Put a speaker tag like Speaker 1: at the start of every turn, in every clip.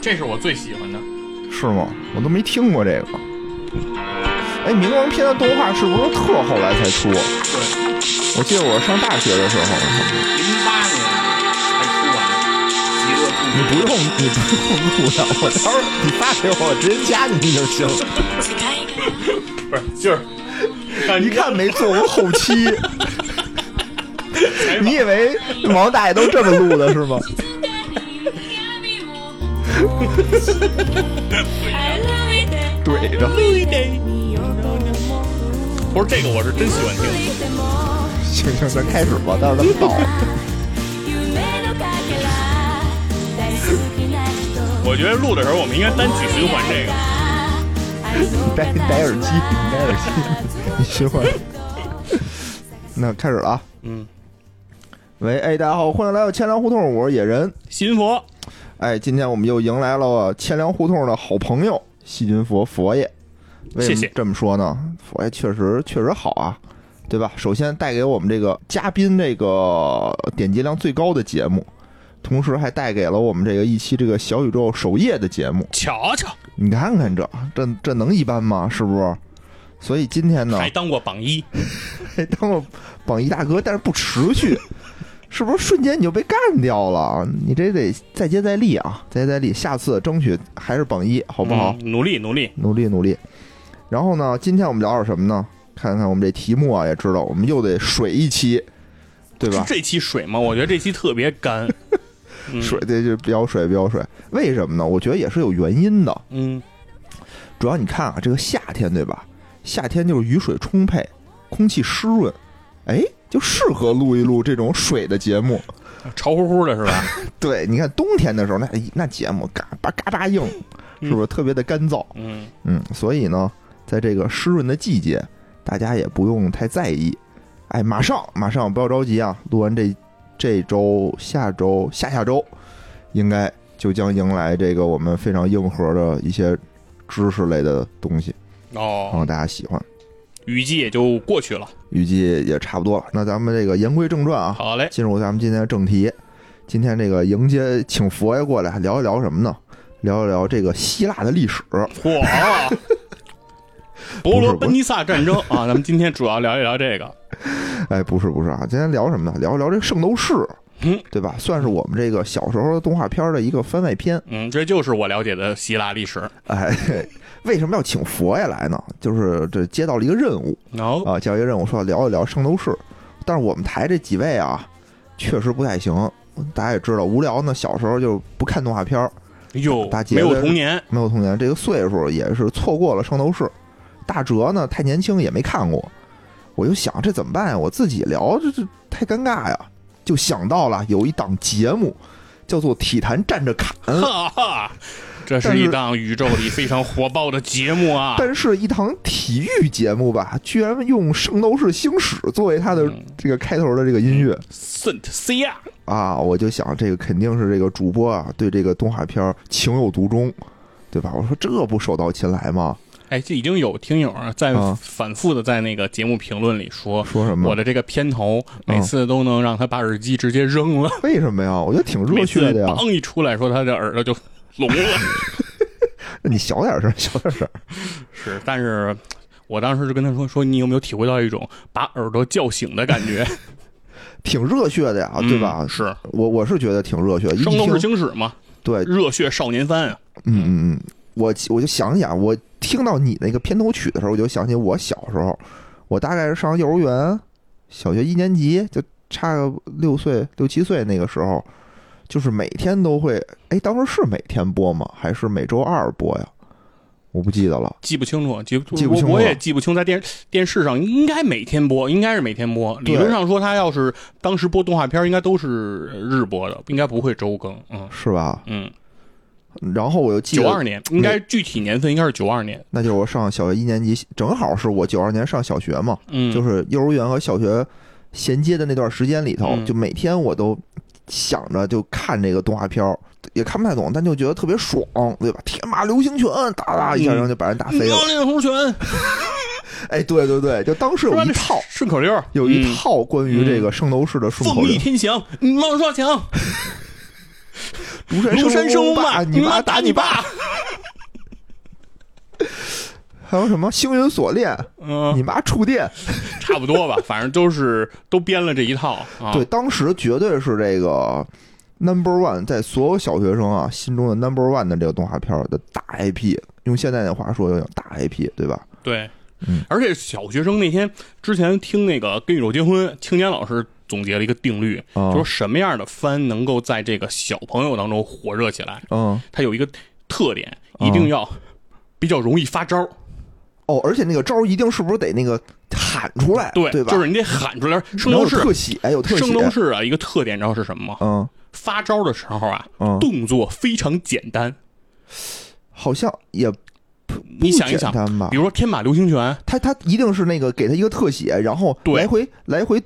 Speaker 1: 这是我最喜欢的。
Speaker 2: 是吗？我都没听过这个。哎，冥王篇的动画是不是特后来才出？啊
Speaker 1: 对，
Speaker 2: 我记得我上大学的时候，
Speaker 1: 零八年才出完《极乐
Speaker 2: 你
Speaker 1: 空
Speaker 2: 不用，你不用录的，我到时候你发给我，我直接加进去就行。
Speaker 1: 间》，不是就是。
Speaker 2: 一看没做过后 期，
Speaker 1: 采访
Speaker 2: 你以为毛大爷都这么录的是吗？怼着，
Speaker 3: 不是这个，我是真喜欢听。
Speaker 2: 行行，咱开始吧，到时候咱们啊倒。
Speaker 3: 我觉得录的时候我们应该单曲循环这个。
Speaker 2: 戴戴耳机，你戴耳机，你循环。那开始了啊，
Speaker 3: 嗯，
Speaker 2: 喂，哎，大家好，欢迎来到千粮胡同，我是野人。
Speaker 3: 新佛，
Speaker 2: 哎，今天我们又迎来了千粮胡同的好朋友细菌佛佛爷。为什
Speaker 3: 谢
Speaker 2: 么
Speaker 3: 谢
Speaker 2: 这么说呢？佛爷确实确实好啊，对吧？首先带给我们这个嘉宾这个点击量最高的节目，同时还带给了我们这个一期这个小宇宙首页的节目。
Speaker 3: 瞧瞧，
Speaker 2: 你看看这这这能一般吗？是不是？所以今天呢，
Speaker 3: 还当过榜一，
Speaker 2: 还 当了榜一大哥，但是不持续，是不是瞬间你就被干掉了？啊你这得再接再厉啊，再接再厉，下次争取还是榜一，好
Speaker 3: 好
Speaker 2: 不好？
Speaker 3: 嗯努力努力，
Speaker 2: 努力努力。然后呢，今天我们聊点什么呢？看看我们这题目啊，也知道我们又得水一期，对
Speaker 3: 是
Speaker 2: 吧？
Speaker 3: 这期水吗？我觉得这期特别 干。嗯
Speaker 2: 水，对，就比较水，比较水。为什么呢？我觉得也是有原因的。
Speaker 3: 嗯，
Speaker 2: 主要你看啊，这个夏天对吧？夏天就是雨水充沛，空气湿润，哎，就适合录一录这种水的节目。
Speaker 3: 潮乎乎的是吧？
Speaker 2: 对，你看冬天的时候，那哎那节目嘎巴嘎巴硬，是不是特别的干燥？
Speaker 3: 嗯，
Speaker 2: 嗯，所以呢，在这个湿润的季节，大家也不用太在意。哎，马上马上，不要着急啊！录完这这周、下周、下下周，应该就将迎来这个我们非常硬核的一些知识类的东西，
Speaker 3: 哦，
Speaker 2: 让大家喜欢。
Speaker 3: 雨季也就过去了。
Speaker 2: 预计也差不多了。那咱们这个言归正传啊，
Speaker 3: 好嘞，
Speaker 2: 进入咱们今天的正题。今天这个迎接请佛爷过来聊一聊什么呢？聊一聊这个希腊的历史。
Speaker 3: 嚯！ 伯啊罗奔尼撒战争啊，咱们今天主要聊一聊这个。
Speaker 2: 哎，不是不是啊，今天聊什么呢？聊一聊这个圣斗士
Speaker 3: 嗯，
Speaker 2: 对吧？算是我们这个小时候的动画片的一个番外篇。
Speaker 3: 嗯，这就是我了解的希腊历史。
Speaker 2: 哎，为什么要请佛爷来呢？就是这接到了一个任务
Speaker 3: 哦，
Speaker 2: 啊，接到一个任务说要聊一聊圣斗士，但是我们台这几位啊，确实不太行。大家也知道，无聊呢，小时候就不看动画片儿，
Speaker 3: 哟
Speaker 2: 大，姐
Speaker 3: 没有童年，
Speaker 2: 没有童年，这个岁数也是错过了圣斗士。大哲呢太年轻也没看过，我就想这怎么办呀？我自己聊这这太尴尬呀，就想到了有一档节目叫做《体坛 站着侃》，
Speaker 3: 哈哈，这是一档宇宙里非常火爆的节目啊。
Speaker 2: 但是一堂体育节目吧，居然用《圣斗士星矢》作为它的
Speaker 3: 嗯
Speaker 2: 这个开头的这个音乐
Speaker 3: Saint C 亚，
Speaker 2: 啊，我就想这个肯定是这个主播啊对这个动画片儿情有独钟，对吧？我说这不手到擒来吗？
Speaker 3: 哎，这已经有听友在
Speaker 2: 啊
Speaker 3: 反复的在那个节目评论里说，
Speaker 2: 说什么
Speaker 3: 我？的这个片头每
Speaker 2: 嗯
Speaker 3: 次都能让他把耳机直接扔了，
Speaker 2: 为什么呀？我觉得挺热
Speaker 3: 每
Speaker 2: 血
Speaker 3: 次
Speaker 2: 的呀。
Speaker 3: 梆一出来说他的耳朵就聋了。
Speaker 2: 那你小点声，小点声。
Speaker 3: 是，但是我当时就跟他说说，你有没有体会到一种把耳朵叫醒的感觉，
Speaker 2: 挺热血的呀，啊对吧？
Speaker 3: 嗯是，
Speaker 2: 我我是觉得挺热血，
Speaker 3: 《
Speaker 2: 一
Speaker 3: 圣斗士
Speaker 2: 听呃
Speaker 3: 星矢》嘛，
Speaker 2: 对，
Speaker 3: 热血少年番啊。
Speaker 2: 嗯嗯嗯，我我就想想，我听到你那个片头曲的时候，我就想起我小时候，我大概是上幼儿园、小学一年级，就差个六岁、六七岁那个时候，就是每天都会，哎，当时是每天播吗？还是每周二播呀？我不记得了。
Speaker 3: 记不清楚，记
Speaker 2: 记不清
Speaker 3: 我，我
Speaker 2: 了
Speaker 3: 也记不清，在电电视上应该每天播，应该是每天播。理
Speaker 2: 对
Speaker 3: 论上说，他要是当时播动画片，应该都是日播的，应该不会周更。嗯
Speaker 2: 是吧？
Speaker 3: 嗯，
Speaker 2: 然后我又记
Speaker 3: 九二
Speaker 2: 得，
Speaker 3: 年应该具体年份应该是九二年。
Speaker 2: 那就是我上小学一年级，正好是我九二年上小学嘛。
Speaker 3: 嗯，
Speaker 2: 就是幼儿园和小学衔接的那段时间里头，
Speaker 3: 嗯
Speaker 2: 就每天我都想着就看这个动画片儿，也看不太懂，但就觉得特别爽，对吧？天马流星拳，哒哒一
Speaker 3: 嗯
Speaker 2: 下，然后就把人打飞了
Speaker 3: 妙。龄红拳
Speaker 2: 哎，对对对，就当时有一套，
Speaker 3: 顺口溜儿，
Speaker 2: 有一
Speaker 3: 嗯
Speaker 2: 套关于这个圣斗士的顺口
Speaker 3: 凤
Speaker 2: 溜
Speaker 3: 翼，天翔，猫少强，
Speaker 2: 庐山
Speaker 3: 庐山
Speaker 2: 生
Speaker 3: 生
Speaker 2: 爸，
Speaker 3: 爸，
Speaker 2: 你
Speaker 3: 妈
Speaker 2: 打
Speaker 3: 你
Speaker 2: 爸。
Speaker 3: 爸。
Speaker 2: 还有什么星云锁链，
Speaker 3: 嗯，
Speaker 2: 你妈触电。
Speaker 3: 差不多吧，反正都是都编了这一套啊。
Speaker 2: 对，，当时绝对是这个 number one，在所有小学生啊心中的 number one 的这个动画片儿的大 IP，用现在的话说，有点大 IP，对吧？
Speaker 3: 对，
Speaker 2: 嗯
Speaker 3: 而且小学生那天之前听那个《跟宇宙结婚》，青年老师总结了一个定律，
Speaker 2: 啊
Speaker 3: 就说什么样的番能够在这个小朋友当中火热起来，
Speaker 2: 嗯，
Speaker 3: 它有一个特点，
Speaker 2: 嗯
Speaker 3: 一定要比较容易发招儿。
Speaker 2: 哦，而且那个招儿一定是不是得那个喊出来，
Speaker 3: 对，
Speaker 2: 对吧？
Speaker 3: 就是你得喊出来。圣
Speaker 2: 能
Speaker 3: 斗
Speaker 2: 有
Speaker 3: 士，
Speaker 2: 特写，哎有特写，
Speaker 3: 圣斗士啊，一个特点你知道是什么吗？
Speaker 2: 嗯
Speaker 3: 发招的时候啊，
Speaker 2: 嗯，
Speaker 3: 动作非常简单。
Speaker 2: 好像也不
Speaker 3: 你想一想
Speaker 2: 不简单吧
Speaker 3: 比，如说天马流星拳，
Speaker 2: 他他一定是那个给他一个特写，然后
Speaker 3: 对
Speaker 2: 来回来回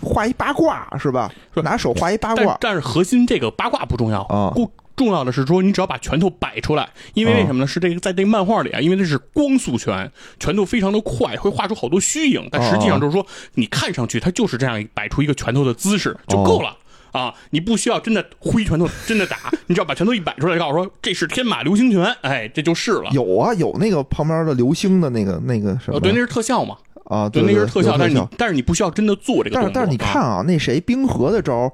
Speaker 2: 画一八卦是吧？
Speaker 3: 是
Speaker 2: 拿手画一八
Speaker 3: 但
Speaker 2: 卦，
Speaker 3: 但是核心这个八卦不重要
Speaker 2: 啊
Speaker 3: 不重要的是说你只要把拳头摆出来，因为
Speaker 2: 啊
Speaker 3: 为什么呢？是这个在这个漫画里啊，因为这是光速拳，拳头非常的快，会画出好多虚影，但实际
Speaker 2: 啊
Speaker 3: 上就是说你看上去它就是这样一摆出一个拳头的姿势就够了。
Speaker 2: 哦
Speaker 3: 啊，你不需要真的挥拳头，真的打，你只要把拳头一摆出来，告诉我说这是天马流星拳，哎，这就是了。
Speaker 2: 有啊，有那个旁边的流星的那个那个什么
Speaker 3: 呃，对，那是特效嘛，
Speaker 2: 啊，
Speaker 3: 对，那
Speaker 2: 对，对
Speaker 3: 是特效，
Speaker 2: 有
Speaker 3: 但是你但是你不需要真的做这个动
Speaker 2: 但
Speaker 3: 作。
Speaker 2: 是但是你看
Speaker 3: 啊，
Speaker 2: 啊，那谁冰河的招儿，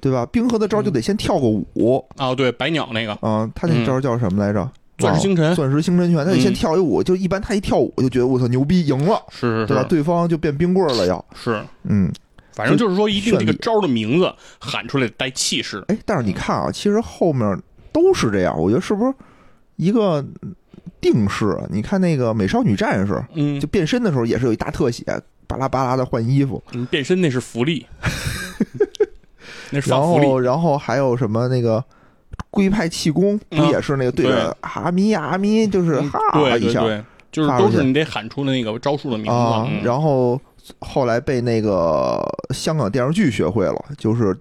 Speaker 2: 对吧？冰河的招儿就
Speaker 3: 嗯
Speaker 2: 得先跳个舞
Speaker 3: 啊，对，百鸟那个，
Speaker 2: 啊，他那招儿叫什么来着？
Speaker 3: 嗯钻石星辰嗯
Speaker 2: 忘了钻石星辰拳，他得先跳一舞，就一般他一跳舞就觉得我操牛逼赢了，
Speaker 3: 是是
Speaker 2: 对吧？
Speaker 3: 是
Speaker 2: 对方就变冰棍儿了要，
Speaker 3: 是，
Speaker 2: 嗯，
Speaker 3: 反正就是说，一定这
Speaker 2: 就
Speaker 3: 个
Speaker 2: 炫
Speaker 3: 招儿的名字喊出来带气势。
Speaker 2: 哎，但是你看啊，其实后面都是这样，我觉得是不是一个定式？啊你看那个美少女战士，
Speaker 3: 嗯
Speaker 2: 就，变身的时候也是有一大特写，巴拉巴拉的换衣服，
Speaker 3: 嗯变身那是福 利，那是
Speaker 2: 然
Speaker 3: 放福利
Speaker 2: 后然后还有什么那个。龟派气功不
Speaker 3: 嗯
Speaker 2: 也是那个对着阿咪阿咪，就是
Speaker 3: 嗯
Speaker 2: 哈
Speaker 3: 对
Speaker 2: 一
Speaker 3: 对
Speaker 2: 下
Speaker 3: 对，就是
Speaker 2: 哈
Speaker 3: 都
Speaker 2: 一下
Speaker 3: 是你得喊出的那个招数的名字。
Speaker 2: 啊，
Speaker 3: 嗯
Speaker 2: 然后后来被那个香港电视剧学会了，就是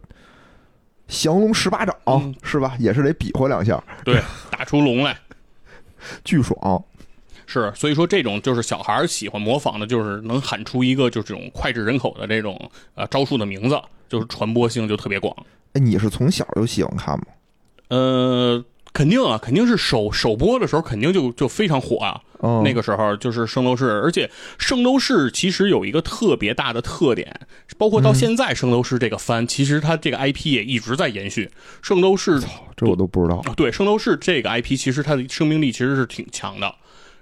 Speaker 2: 降龙十八掌
Speaker 3: 嗯
Speaker 2: 是吧？也是得比划两下，
Speaker 3: 对，打出龙来。
Speaker 2: 巨爽。
Speaker 3: 是，所以说这种就是小孩儿喜欢模仿的，就是能喊出一个就是这种脍炙人口的这种呃招数的名字，就是传播性就特别广。
Speaker 2: 哎，你是从小就喜欢看吗？
Speaker 3: 呃，肯定啊，肯定是首首播的时候肯定就就非常火啊。
Speaker 2: 嗯，
Speaker 3: 那个时候就是圣斗士，而且圣斗士其实有一个特别大的特点，包括到现在圣斗士这个番，其实它这个 IP 也一直在延续。圣斗士
Speaker 2: 这我都不知道。
Speaker 3: 啊对圣斗士这个 IP，其实它的生命力其实是挺强的，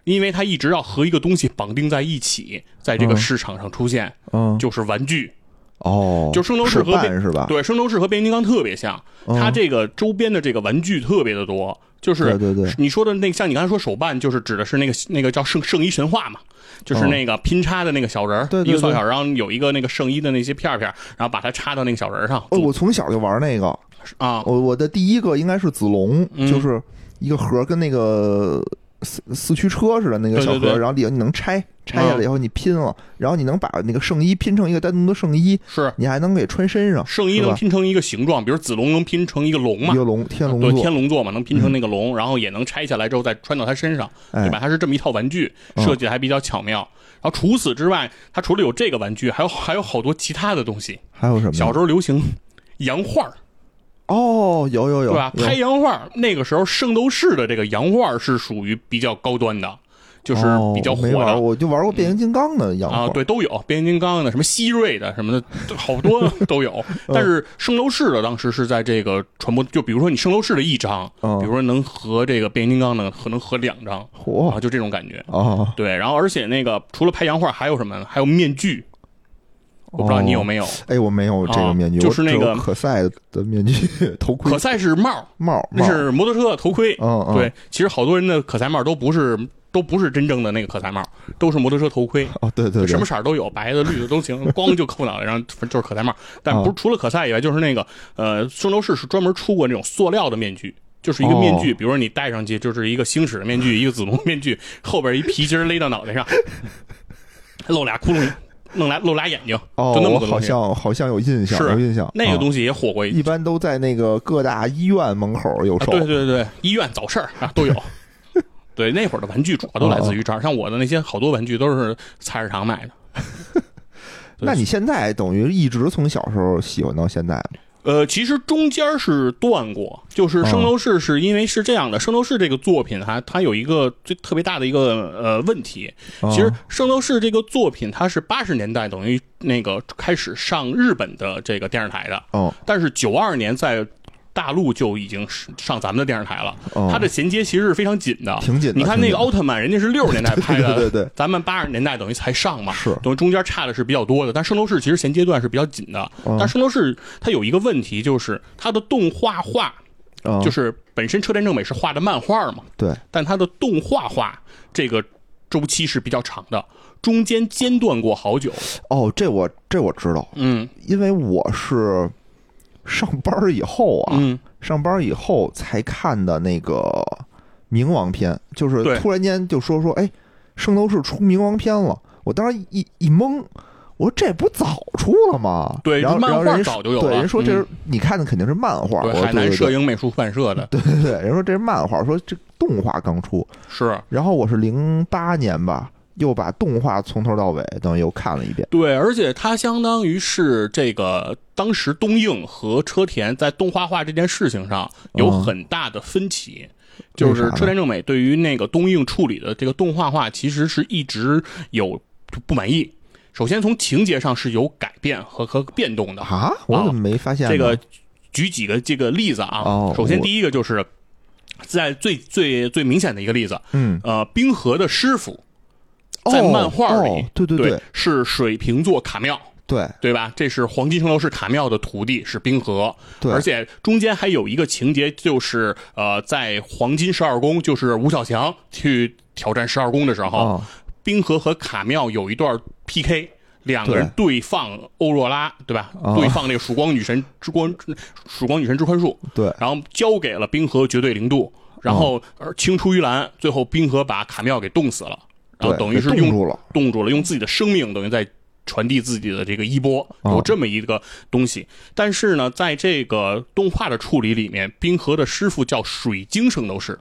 Speaker 3: 因为它一直要和一个东西绑定在一起，在这个
Speaker 2: 嗯
Speaker 3: 市场上出现，
Speaker 2: 嗯，
Speaker 3: 就是玩具。
Speaker 2: 哦，
Speaker 3: 就圣斗士
Speaker 2: 手
Speaker 3: 和
Speaker 2: 办
Speaker 3: 变
Speaker 2: 是吧？
Speaker 3: 对，圣斗士和变形金刚特别像，
Speaker 2: 嗯
Speaker 3: 它这个周边的这个玩具特别的多，就是
Speaker 2: 对对对，
Speaker 3: 你说的那个像你刚才说手办，就是指的是那个那个叫圣圣衣神话嘛，就是那个拼插的那个小人儿，
Speaker 2: 嗯对对
Speaker 3: 一个
Speaker 2: 对
Speaker 3: 小小人儿，然后有一个那个圣衣的那些片儿片儿，然后把它插到那个小人儿上。
Speaker 2: 哦，我哦从小就玩那个，
Speaker 3: 啊，
Speaker 2: 我我的第一个应该是子龙，
Speaker 3: 嗯
Speaker 2: 就是一个盒跟那个四四驱车似的那个
Speaker 3: 对对
Speaker 2: 小盒，
Speaker 3: 对嗯
Speaker 2: 然后里头你能拆，拆下来以后你拼了，然后你能把那个圣衣拼成一个单独的圣衣，
Speaker 3: 是
Speaker 2: 你还能给穿身上，
Speaker 3: 圣衣
Speaker 2: 是吧
Speaker 3: 能拼成一个形状，比如子龙能拼成一个龙嘛啊
Speaker 2: 一，个龙天龙
Speaker 3: 对，
Speaker 2: 座，嗯
Speaker 3: 天龙座嘛，能拼成那个龙，然后也能拆下来之后再穿到它身上，
Speaker 2: 哎
Speaker 3: 对吧？它是这么一套玩具，
Speaker 2: 嗯
Speaker 3: 设计得还比较巧妙。然后除此之外，它除了有这个玩具，还有还有好多其他的东西。
Speaker 2: 还有什么？
Speaker 3: 小时候流行洋画儿，
Speaker 2: 哦，有有有，
Speaker 3: 对吧？
Speaker 2: 有
Speaker 3: 拍洋画儿，那个时候圣斗士的这个洋画儿是属于比较高端的，就是
Speaker 2: 哦
Speaker 3: 比较火
Speaker 2: 没玩
Speaker 3: 的。
Speaker 2: 过，我就玩过变形金刚的洋画
Speaker 3: 啊，对，都有变形金刚的，什么希瑞的，什么的， 都好多都 有。
Speaker 2: 嗯
Speaker 3: 但是圣斗士的当时是在这个传播，就比如说你圣斗士的一张，
Speaker 2: 嗯
Speaker 3: 比如说能合这个变形金刚的，可能合两张，
Speaker 2: 嚯
Speaker 3: 啊，就这种感觉。
Speaker 2: 哦，
Speaker 3: 对，然后而且那个除了拍洋画，还有什么呢？还有面具，我不知道你有没有。
Speaker 2: 哎，我没有这个
Speaker 3: 啊
Speaker 2: 面具，
Speaker 3: 就
Speaker 2: 我
Speaker 3: 是那
Speaker 2: 只有
Speaker 3: 个
Speaker 2: 可赛的面具头盔
Speaker 3: 可赛是帽儿，
Speaker 2: 帽儿，
Speaker 3: 那
Speaker 2: 帽儿
Speaker 3: 是摩托车的头盔。
Speaker 2: 嗯嗯
Speaker 3: 对，其实好多人的可赛帽都不是都不是真正的那个可赛帽，都是摩托车头盔，
Speaker 2: 哦，对对对，
Speaker 3: 什么色儿都有，白的、绿的都 行，光就扣脑袋上就是可赛帽。但
Speaker 2: 啊
Speaker 3: 不是除了可赛以外，就是那个呃，圣斗士是专门出过那种塑料的面具。就是一个面具，
Speaker 2: 哦
Speaker 3: 比如说你戴上去就是一个星矢的面具，一个子龙面具，后边一皮筋儿勒到脑 袋上，露俩窟窿，弄俩露俩眼睛，
Speaker 2: 哦，
Speaker 3: 就那么
Speaker 2: 我
Speaker 3: 个
Speaker 2: 好
Speaker 3: 东西。
Speaker 2: 像好像有印象，
Speaker 3: 是
Speaker 2: 有印象。
Speaker 3: 那个
Speaker 2: 西、
Speaker 3: 东西也火过一
Speaker 2: 一般都在那个各大医院门口有
Speaker 3: 啊，
Speaker 2: 售。
Speaker 3: 对对对，医院早市儿啊 都有。对，那会儿的玩具主要都来自于这
Speaker 2: 哦
Speaker 3: 儿，像我的那些好多玩具都是菜市场买的。
Speaker 2: 那你现在等于一直从小时候喜欢到现在吗？
Speaker 3: 呃，其实中间是断过，就是《圣斗士》是因为是这样的，圣斗士》这个作品哈，它有一个最特别大的一个呃问题，
Speaker 2: 哦
Speaker 3: 其实《圣斗士》这个作品它是八十年代等于那个开始上日本的这个电视台的，
Speaker 2: 哦
Speaker 3: 但是九二年在大陆就已经是上咱们的电视台了，
Speaker 2: 哦，
Speaker 3: 它的衔接其实是非常紧的，
Speaker 2: 挺紧的
Speaker 3: 你看那
Speaker 2: 挺紧
Speaker 3: 个
Speaker 2: 的
Speaker 3: 奥特曼，人家是六 十年代拍的，
Speaker 2: 对对对
Speaker 3: 咱们八十年代等于才上嘛，
Speaker 2: 是
Speaker 3: 等于中间差的是比较多的。但圣斗士其实衔接段是比较紧的，
Speaker 2: 嗯
Speaker 3: 但圣斗士它有一个问题，就是它的动画画，
Speaker 2: 哦
Speaker 3: 就是本身车站正美是画的漫画嘛，
Speaker 2: 对
Speaker 3: 但它的动画画这个周期是比较长的，中间间断过好久。
Speaker 2: 哦，这我这我知道，
Speaker 3: 嗯
Speaker 2: 因为我是上班儿以后啊，
Speaker 3: 嗯，
Speaker 2: 上班儿以后才看的那个冥王篇，就是
Speaker 3: 对
Speaker 2: 突然间就说说，哎，《圣斗士》出冥王篇了，我当时一一懵。我说这不早出了吗？
Speaker 3: 对
Speaker 2: 然后
Speaker 3: 漫
Speaker 2: 然
Speaker 3: 画
Speaker 2: 后人
Speaker 3: 早就有
Speaker 2: 对
Speaker 3: 了
Speaker 2: 人说这是、
Speaker 3: 嗯
Speaker 2: 你看的肯定是漫画，
Speaker 3: 对，
Speaker 2: 我说
Speaker 3: 海南
Speaker 2: 对
Speaker 3: 摄
Speaker 2: 对
Speaker 3: 影美术出版社的，
Speaker 2: 对对，人说这是漫画，说这动画刚出。
Speaker 3: 是。
Speaker 2: 然后我是零八年吧，又把动画从头到尾等于又看了一遍。
Speaker 3: 对，而且它相当于是这个当时东映和车田在动画化这件事情上有
Speaker 2: 嗯
Speaker 3: 很大的分歧，
Speaker 2: 为
Speaker 3: 就
Speaker 2: 啥
Speaker 3: 是
Speaker 2: 呢
Speaker 3: 车田正美对于那个东映处理的这个动画化，其实是一直有不满意。首先从情节上是有改变和和变动的，
Speaker 2: 啊，我怎么没发现呢、
Speaker 3: 这个举几个这个例子啊。
Speaker 2: 哦
Speaker 3: 首先
Speaker 2: 我
Speaker 3: 第一个就是在最最最明显的一个例子，
Speaker 2: 嗯，
Speaker 3: 呃，冰河的师傅在
Speaker 2: 哦
Speaker 3: 漫画里，
Speaker 2: 哦对对对
Speaker 3: 是水瓶座卡妙。
Speaker 2: 对
Speaker 3: 对吧？这是黄金圣斗士卡妙的徒弟是冰河，
Speaker 2: 对
Speaker 3: 而且中间还有一个情节，就是呃，在黄金十二宫，就是吴小强去挑战十二宫的时候，
Speaker 2: 哦
Speaker 3: 冰河和卡妙有一段 PK。两个人对放欧若拉，对吧？
Speaker 2: 哦
Speaker 3: 对放那个曙光女神之光，曙光女神之宽恕，
Speaker 2: 对
Speaker 3: 然后交给了冰河绝对零度，然后而青出于蓝，最后冰河把卡妙给冻死了，然后
Speaker 2: 对，
Speaker 3: 等于是
Speaker 2: 被
Speaker 3: 用
Speaker 2: 冻住了。
Speaker 3: 冻住了，用自己的生命等于在传递自己的这个衣钵，
Speaker 2: 哦
Speaker 3: 有这么一个东西。但是呢，在这个动画的处理里面，冰河的师傅叫水晶圣斗士，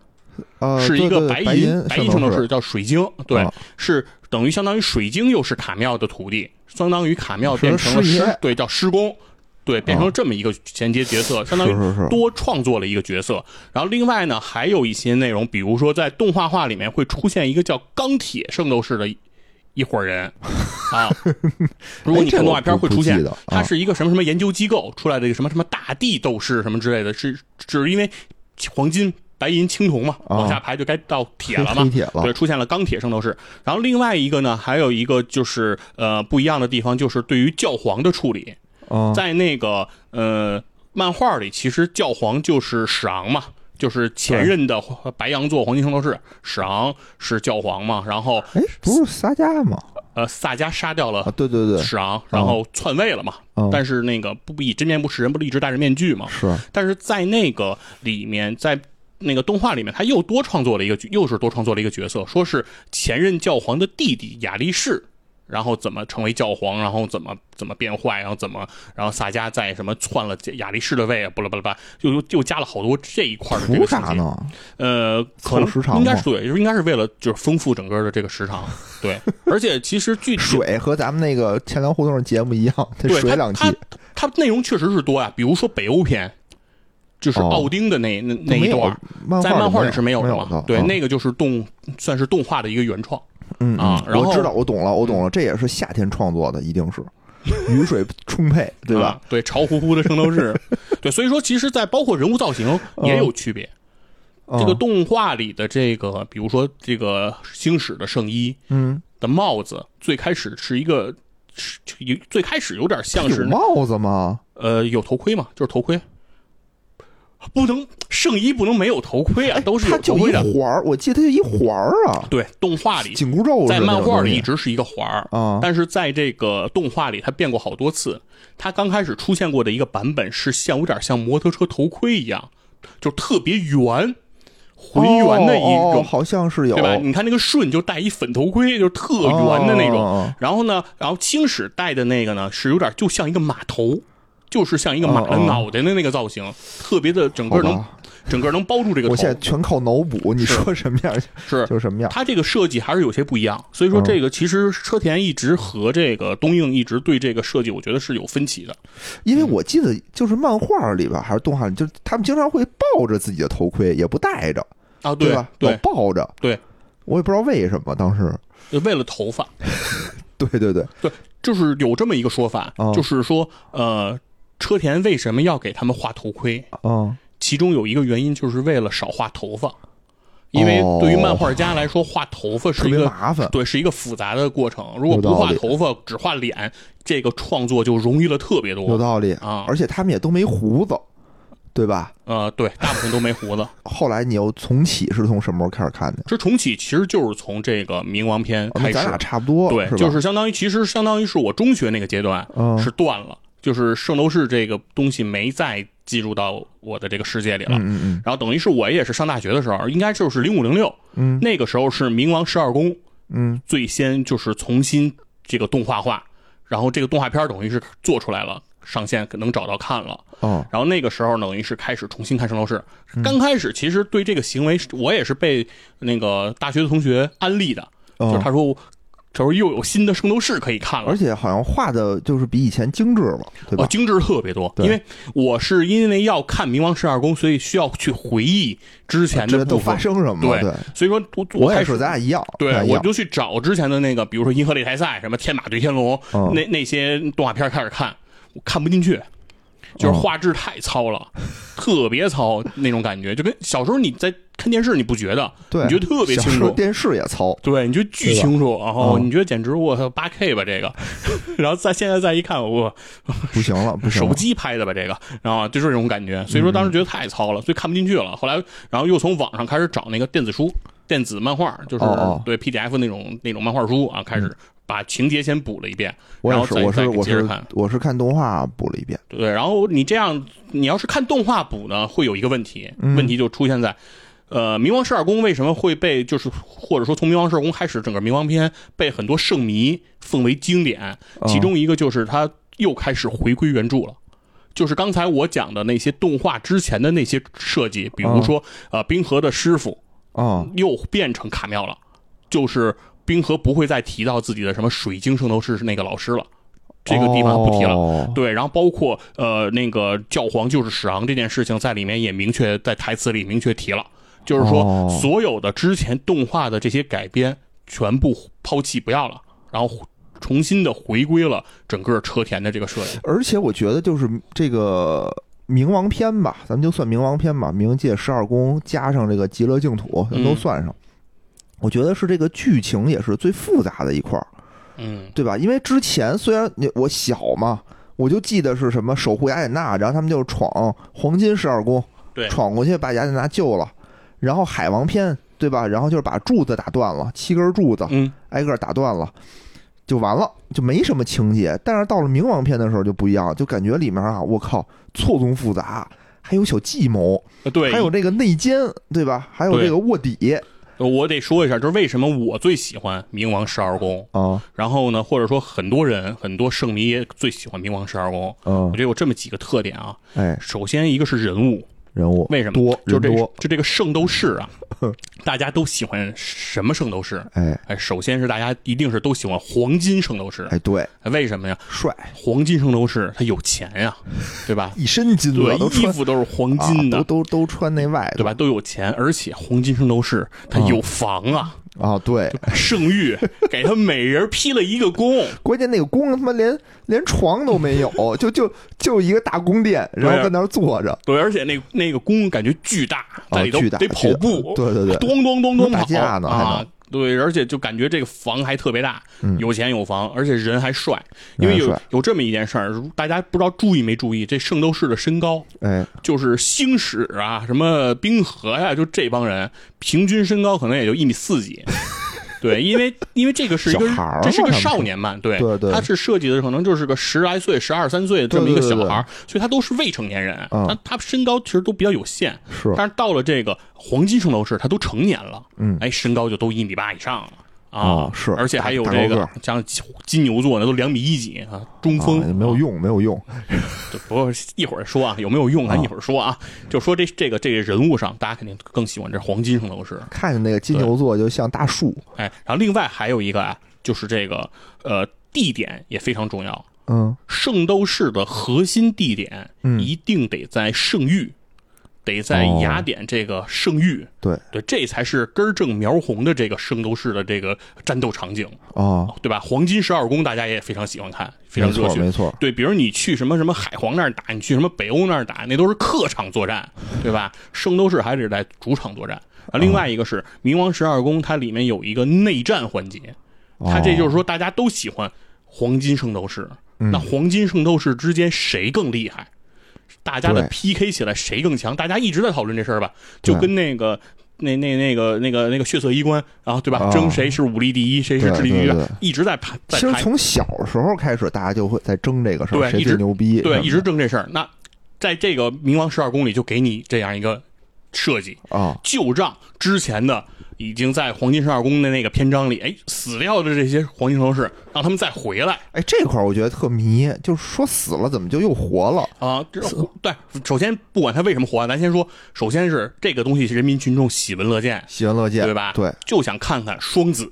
Speaker 2: 呃，
Speaker 3: 是一
Speaker 2: 对
Speaker 3: 个
Speaker 2: 对
Speaker 3: 白
Speaker 2: 对
Speaker 3: 银
Speaker 2: 白
Speaker 3: 银
Speaker 2: 银
Speaker 3: 圣斗
Speaker 2: 士
Speaker 3: 士，叫水晶，对
Speaker 2: 哦，
Speaker 3: 是等于相当于水晶又是卡妙的徒弟，相当于卡妙
Speaker 2: 是个
Speaker 3: 变成了
Speaker 2: 师爷
Speaker 3: 师，对，叫师公。对，变成了这么一个衔接角色，相当于
Speaker 2: 是是
Speaker 3: 多创作了一个角色。然后另外呢，还有一些内容，比如说在动画化里面会出现一个叫钢铁圣斗士的一一伙人 啊。如果你看动画片会出
Speaker 2: 哎
Speaker 3: 现
Speaker 2: 这我不不记得啊，
Speaker 3: 它是一个什么什么研究机构出来的一个什么什么大地斗士什么之类的，是只是因为黄金、白银、青铜嘛，
Speaker 2: 啊
Speaker 3: 往下排就该到铁
Speaker 2: 黑
Speaker 3: 了嘛
Speaker 2: 黑。铁了
Speaker 3: 对，，出现了钢铁圣斗士。然后另外一个呢，还有一个就是呃不一样的地方，就是对于教皇的处理。
Speaker 2: 嗯，
Speaker 3: 在那个呃漫画里，其实教皇就是史昂嘛，就是前任的白羊座黄金圣斗士，史昂是教皇嘛，然后
Speaker 2: 哎，不是撒加吗？
Speaker 3: 呃萨迦杀掉
Speaker 2: 啊
Speaker 3: 了，
Speaker 2: 对对对，
Speaker 3: 史昂，然后篡位了嘛，
Speaker 2: 嗯
Speaker 3: 但是那个不不以真面目示人，不是一直戴着面具嘛，
Speaker 2: 是
Speaker 3: 但是在那个里面，在那个动画里面，他又多创作了一个角，又是多创作了一个角色，说是前任教皇的弟弟亚力士，然后怎么成为教皇，然后怎么怎么变坏，然后怎么，然后萨迦在什么篡了亚力士的位，不啦不啦不啦，又又又加了好多这一块的这
Speaker 2: 图
Speaker 3: 个情
Speaker 2: 啥
Speaker 3: 节。
Speaker 2: 呢？
Speaker 3: 呃，可能
Speaker 2: 凑时长
Speaker 3: 应该
Speaker 2: 吗
Speaker 3: 是对，就是应该是为了就是丰富整个的这个时长， 对。而且其实具体
Speaker 2: 水和咱们那个钱粮胡同节目一样，得
Speaker 3: 对
Speaker 2: 水
Speaker 3: 它
Speaker 2: 两期
Speaker 3: 它它内容确实是多呀、比如说北欧篇，就是
Speaker 2: 哦
Speaker 3: 奥丁的那、那那
Speaker 2: 没
Speaker 3: 一
Speaker 2: 有
Speaker 3: 段，
Speaker 2: 漫
Speaker 3: 在
Speaker 2: 画
Speaker 3: 漫画
Speaker 2: 里
Speaker 3: 里是没有
Speaker 2: 没
Speaker 3: 的
Speaker 2: 有
Speaker 3: 嘛？对，
Speaker 2: 嗯
Speaker 3: 那个就是动算是动画的一个原创。
Speaker 2: 嗯嗯
Speaker 3: 啊然后
Speaker 2: 我知道，我懂了，我懂了，这也是夏天创作的，一定是雨水充沛，对吧
Speaker 3: 啊？？对，潮乎乎的圣斗士，对，所以说其实，在包括人物造型也有区别。啊这个
Speaker 2: 嗯
Speaker 3: 动画里的这个，比如说这个星矢的圣衣
Speaker 2: 嗯，
Speaker 3: 的帽子，最开始是一个。是就有最开始有点像
Speaker 2: 有
Speaker 3: 是
Speaker 2: 帽子吗？
Speaker 3: 呃有头盔嘛，就是头盔，不能圣衣不能没有头盔啊，都是
Speaker 2: 它
Speaker 3: 有头
Speaker 2: 就
Speaker 3: 盔
Speaker 2: 一
Speaker 3: 的。
Speaker 2: 环儿，我记得它就一环儿啊，
Speaker 3: 对，动画里
Speaker 2: 紧箍咒似的
Speaker 3: 嗯在漫画里一
Speaker 2: 那种
Speaker 3: 直是一个环儿
Speaker 2: 啊
Speaker 3: 但是在这个动画里它变过好多次。它刚开始出现过的一个版本是像有点像摩托车头盔一样，就特别圆，
Speaker 2: 东
Speaker 3: 浑
Speaker 2: 西
Speaker 3: 圆的一
Speaker 2: 哦哦
Speaker 3: 种，
Speaker 2: 哦好像是有
Speaker 3: 对吧？你看那个顺就戴一粉头盔，就是特圆的那种。
Speaker 2: 哦
Speaker 3: 然后呢，然后青史戴的那个呢是有点就像一个马头。就是像一个马的
Speaker 2: 哦哦
Speaker 3: 脑袋的那个造型，特别的整个
Speaker 2: 好
Speaker 3: 能
Speaker 2: 吧，
Speaker 3: 整个能包住这个头。
Speaker 2: 我现在全靠脑补，你
Speaker 3: 是
Speaker 2: 说什么样就是就是什么样。
Speaker 3: 它这个设计还是有些不一样，所
Speaker 2: 嗯
Speaker 3: 以说这个其实车田一直和这个东映一直对这个设计，我觉得是有分歧的。
Speaker 2: 因为我记得就是漫画里边还是动画里，就是他们经常会抱着自己的头盔，也不戴着，
Speaker 3: 啊，
Speaker 2: 对
Speaker 3: 对
Speaker 2: 吧？老抱着，
Speaker 3: 对，
Speaker 2: 我也不知道为什么当时。
Speaker 3: 对，为了头发，
Speaker 2: 对对对，
Speaker 3: 啊就是有这么一个说法，
Speaker 2: 哦
Speaker 3: 就是说，呃，车田为什么要给他们画头盔？
Speaker 2: 嗯，
Speaker 3: 其中有一个原因就是为了少画头发，因为
Speaker 2: 哦
Speaker 3: 对于漫画家来说，画头发
Speaker 2: 特
Speaker 3: 是一
Speaker 2: 别
Speaker 3: 个
Speaker 2: 麻烦。
Speaker 3: 对是一个复杂的过程。如果
Speaker 2: 有道
Speaker 3: 不画
Speaker 2: 理
Speaker 3: 头发，只画脸，这个创作就容易了特别
Speaker 2: 有
Speaker 3: 多。
Speaker 2: 道理
Speaker 3: 啊
Speaker 2: 而且他们也都没胡子，对吧？
Speaker 3: 呃，对，大部分都没胡子。
Speaker 2: 后来你又重启是从什么时候开始看的？
Speaker 3: 这重启其实就是从这个冥王篇
Speaker 2: 哦那
Speaker 3: 开始
Speaker 2: 咱，俩差不多，
Speaker 3: 对，
Speaker 2: 吧？
Speaker 3: 就是相当于其实相当于是我中学那个阶段
Speaker 2: 嗯
Speaker 3: 是断了，就是圣斗士这个东西没再进入到我的这个世界里了。
Speaker 2: 嗯嗯嗯
Speaker 3: 然后等于是我也是上大学的时候，应该就是零五零六，
Speaker 2: 嗯
Speaker 3: 那个时候是冥王十二宫
Speaker 2: 嗯，
Speaker 3: 最先就是重新这个动画化，然后这个动画片等于是做出来了，上线能找到看了。
Speaker 2: 哦，
Speaker 3: 然后那个时候等于是开始重新看圣斗士。
Speaker 2: 嗯
Speaker 3: 刚开始其实对这个行为，我也是被那个大学的同学安利的，
Speaker 2: 哦
Speaker 3: 就是他说，他说又有新的圣斗士可以看了
Speaker 2: 而。且好像画的就是比以前精致了，对
Speaker 3: 哦，
Speaker 2: 吧？
Speaker 3: 精致特别多，
Speaker 2: 对
Speaker 3: 因为我是因为要看《冥王十二宫》，所以需要去回忆之前
Speaker 2: 啊这
Speaker 3: 的
Speaker 2: 都
Speaker 3: 部
Speaker 2: 发
Speaker 3: 分。
Speaker 2: 生什么了？
Speaker 3: 对
Speaker 2: 对，，
Speaker 3: 所以说我
Speaker 2: 我也
Speaker 3: 开
Speaker 2: 是，
Speaker 3: 始
Speaker 2: 咱俩一样，
Speaker 3: 对
Speaker 2: 咱，俩一
Speaker 3: 我
Speaker 2: 样。
Speaker 3: 就去找之前的那个，比如说《银河擂台赛》什么《天马对天龙》
Speaker 2: 嗯
Speaker 3: 那那些动画片开始看，我看不进去，就是
Speaker 2: 嗯
Speaker 3: 画质太糙了， 特别糙那种感觉，就跟小时候你在看电视你不觉得，
Speaker 2: 对，
Speaker 3: 你觉得特别
Speaker 2: 小时
Speaker 3: 清
Speaker 2: 候
Speaker 3: 楚。
Speaker 2: 电视也糙，
Speaker 3: 对，你觉得巨清楚，然后
Speaker 2: 嗯
Speaker 3: 你觉得简直我操八 K 吧这个， 然后再现在再一看，我
Speaker 2: 不行了，不行了
Speaker 3: 手。机拍的吧这个，然后就是这种感觉，所以说当时觉得太糙了，所以看不进去了。后来，然后又从网上开始找那个电子书、电子漫画，就是
Speaker 2: 哦哦嗯
Speaker 3: 对 PDF 那种那种漫画书啊，开始把情节先补了一遍，
Speaker 2: 我
Speaker 3: 然后
Speaker 2: 也是，
Speaker 3: 再
Speaker 2: 我是
Speaker 3: 再
Speaker 2: 我
Speaker 3: 接着
Speaker 2: 是
Speaker 3: 看。
Speaker 2: 我是看动画补了一遍，
Speaker 3: 对，然后你这样，你要是看动画补呢，会有一个问题，问题就出现在。呃，冥王十二宫为什么会被就是或者说从冥王十二宫开始，整个冥王篇被很多圣迷奉为经典？其中一个就是它又开始回归原著了。就是刚才我讲的那些动画之前的那些设计，比如说，呃，冰河的师傅
Speaker 2: 啊
Speaker 3: 又变成卡妙了，就是冰河不会再提到自己的什么水晶圣斗士是那个老师了，这个地方不提了。
Speaker 2: 了。
Speaker 3: 对，然后包括呃那个教皇就是史昂这件事情，在里面也明确在台词里明确提了，就是说、
Speaker 2: 哦
Speaker 3: 所有的之前动画的这些改编全部抛弃不要了，然后重新的回归了整个车田的这个设计。
Speaker 2: 而且我觉得就是这个冥王篇吧，咱们就算冥王篇吧，冥界十二宫加上这个极乐净土，咱们都
Speaker 3: 嗯
Speaker 2: 算上。我觉得是这个剧情也是最复杂的一块儿，
Speaker 3: 嗯，
Speaker 2: 对吧？因为之前虽然你我小嘛，我就记得是什么守护雅典娜，然后他们就闯黄金十二宫，
Speaker 3: 对
Speaker 2: 闯过去把雅典娜救了，然后海王篇，对吧？然后就是把柱子打断了，七根柱子
Speaker 3: 嗯，
Speaker 2: 挨个打断了，就完了，就没什么情节。但是到了冥王篇的时候就不一样，就感觉里面啊，我靠，错综复杂。还有小计谋，
Speaker 3: 呃对，
Speaker 2: 还有这个内奸，对吧？还有
Speaker 3: 对
Speaker 2: 这个卧底
Speaker 3: 呃我得说一下，就是为什么我最喜欢冥王十二宫，
Speaker 2: 啊，
Speaker 3: 然后呢，或者说很多人很多圣迷也最喜欢冥王十二宫。我
Speaker 2: 嗯
Speaker 3: 觉，得有这么几个特点啊，
Speaker 2: 哎，
Speaker 3: 首先一个是人物，
Speaker 2: 人物
Speaker 3: 为什么？
Speaker 2: 多
Speaker 3: 就
Speaker 2: 人
Speaker 3: 这
Speaker 2: 多，
Speaker 3: 就这个圣斗士 啊，大家都喜欢什么圣斗士？
Speaker 2: 哎
Speaker 3: 哎，首先是大家一定是都喜欢黄金圣斗士，
Speaker 2: 哎，对，
Speaker 3: 哎为什么呀？
Speaker 2: 帅，？
Speaker 3: 黄金圣斗士他有钱呀，对吧
Speaker 2: 一身金子
Speaker 3: 对
Speaker 2: 都，
Speaker 3: 衣
Speaker 2: 穿
Speaker 3: 服都是黄
Speaker 2: 啊
Speaker 3: 金的，
Speaker 2: 都哎都都穿那外头
Speaker 3: 对吧？都有钱，而且黄金圣斗士他有房啊，
Speaker 2: 啊，对，
Speaker 3: 圣域 给他每人批了一个宫，
Speaker 2: 关键那个宫他妈连连床都没有，就就就一个大宫殿，然后
Speaker 3: 对
Speaker 2: 在那儿坐着，啊
Speaker 3: 对，而且那那个宫感觉巨大，在里头
Speaker 2: 哦巨大
Speaker 3: 得跑步，
Speaker 2: 巨大对对对
Speaker 3: 咚咚咚咚
Speaker 2: 能打
Speaker 3: 跑
Speaker 2: 架呢还
Speaker 3: 啊
Speaker 2: 能！嗯
Speaker 3: 对，而且就感觉这个房还特别大，有钱有房，而且人还帅。因为
Speaker 2: 人还
Speaker 3: 有
Speaker 2: 帅
Speaker 3: 有这么一件事儿，大家不知道注意没注意，这圣斗士的身高
Speaker 2: 哎，
Speaker 3: 就是星矢啊，什么冰河呀、就这帮人平均身高可能也就一米四 几。对，因为因为这个是一个
Speaker 2: 小孩儿嘛
Speaker 3: 这是个
Speaker 2: 他们是
Speaker 3: 少年漫，对，
Speaker 2: 对对
Speaker 3: 他是设计的可能就是个十来岁、十二三岁的这么一个
Speaker 2: 对对
Speaker 3: 小
Speaker 2: 对
Speaker 3: 孩儿，所以他都是未成年人，
Speaker 2: 嗯
Speaker 3: 他他身高其实都比较有限，
Speaker 2: 是
Speaker 3: 但是到了这个黄金圣斗士，他都成年了，
Speaker 2: 嗯
Speaker 3: 哎，身高就都一米八以上了。啊
Speaker 2: 啊，是
Speaker 3: 而且还有
Speaker 2: 大
Speaker 3: 这
Speaker 2: 大
Speaker 3: 个
Speaker 2: 高
Speaker 3: 像金牛座呢，都两米一几啊，中锋、
Speaker 2: 啊没有
Speaker 3: 啊
Speaker 2: 用，没有用。
Speaker 3: 对，不过一会儿说啊，有没有用咱
Speaker 2: 啊
Speaker 3: 一会儿说啊，就说这这个这个人物上，大家肯定更喜欢这黄金圣斗士。
Speaker 2: 看见那个金牛座就像大树，
Speaker 3: 哎，然后另外还有一个啊，就是这个呃地点也非常重要，
Speaker 2: 嗯，
Speaker 3: 圣斗士的核心地点
Speaker 2: 嗯
Speaker 3: 一定得在圣域，得在
Speaker 2: 哦
Speaker 3: 雅典这个圣域，
Speaker 2: 对，
Speaker 3: 对，这才是根正苗红的这个圣斗士的这个战斗场景，
Speaker 2: 哦，
Speaker 3: 对吧？黄金十二宫大家也非常喜欢看，非常
Speaker 2: 没
Speaker 3: 热
Speaker 2: 错，没
Speaker 3: 血。
Speaker 2: 错，
Speaker 3: 对，比如你去什么什么海皇那儿打，你去什么北欧那儿打，那都是客场作战，对吧？圣斗士还得在主场作战。啊，另外一个是冥王十二宫，它里面有一个内战环节，
Speaker 2: 哦
Speaker 3: 它这就是说大家都喜欢黄金圣斗士，
Speaker 2: 嗯
Speaker 3: 那黄金圣斗士之间谁更厉害？大家的
Speaker 2: 对
Speaker 3: PK 起来谁更强？大家一直在讨论这事儿吧，就
Speaker 2: 对
Speaker 3: 跟那个那那那个那个那个血色衣冠，然后对吧？
Speaker 2: 啊
Speaker 3: 争谁是武力第一，谁是
Speaker 2: 对
Speaker 3: 智力第一
Speaker 2: 对对，
Speaker 3: 一直在排
Speaker 2: 其
Speaker 3: 在
Speaker 2: 实
Speaker 3: 排
Speaker 2: 从小时候开始，大家就会在争这个事
Speaker 3: 对
Speaker 2: 儿，谁
Speaker 3: 一直
Speaker 2: 最牛逼？
Speaker 3: 对
Speaker 2: 什么
Speaker 3: 一直争这事儿。那在这个冥王十二宫里，就给你这样一个设计，
Speaker 2: 的啊，
Speaker 3: 就让之前的已经在黄金十二宫的那个篇章里，哎，死掉的这些黄金圣斗士，让他们再回来。
Speaker 2: 哎，这块儿我觉得特迷，就是说死了怎么就又活了？
Speaker 3: 啊，这对，首先不管他为什么火，咱先说，首先是这个东西是人民群众喜闻乐见，
Speaker 2: 喜闻乐见，
Speaker 3: 对吧？
Speaker 2: 对，，
Speaker 3: 就想看看双子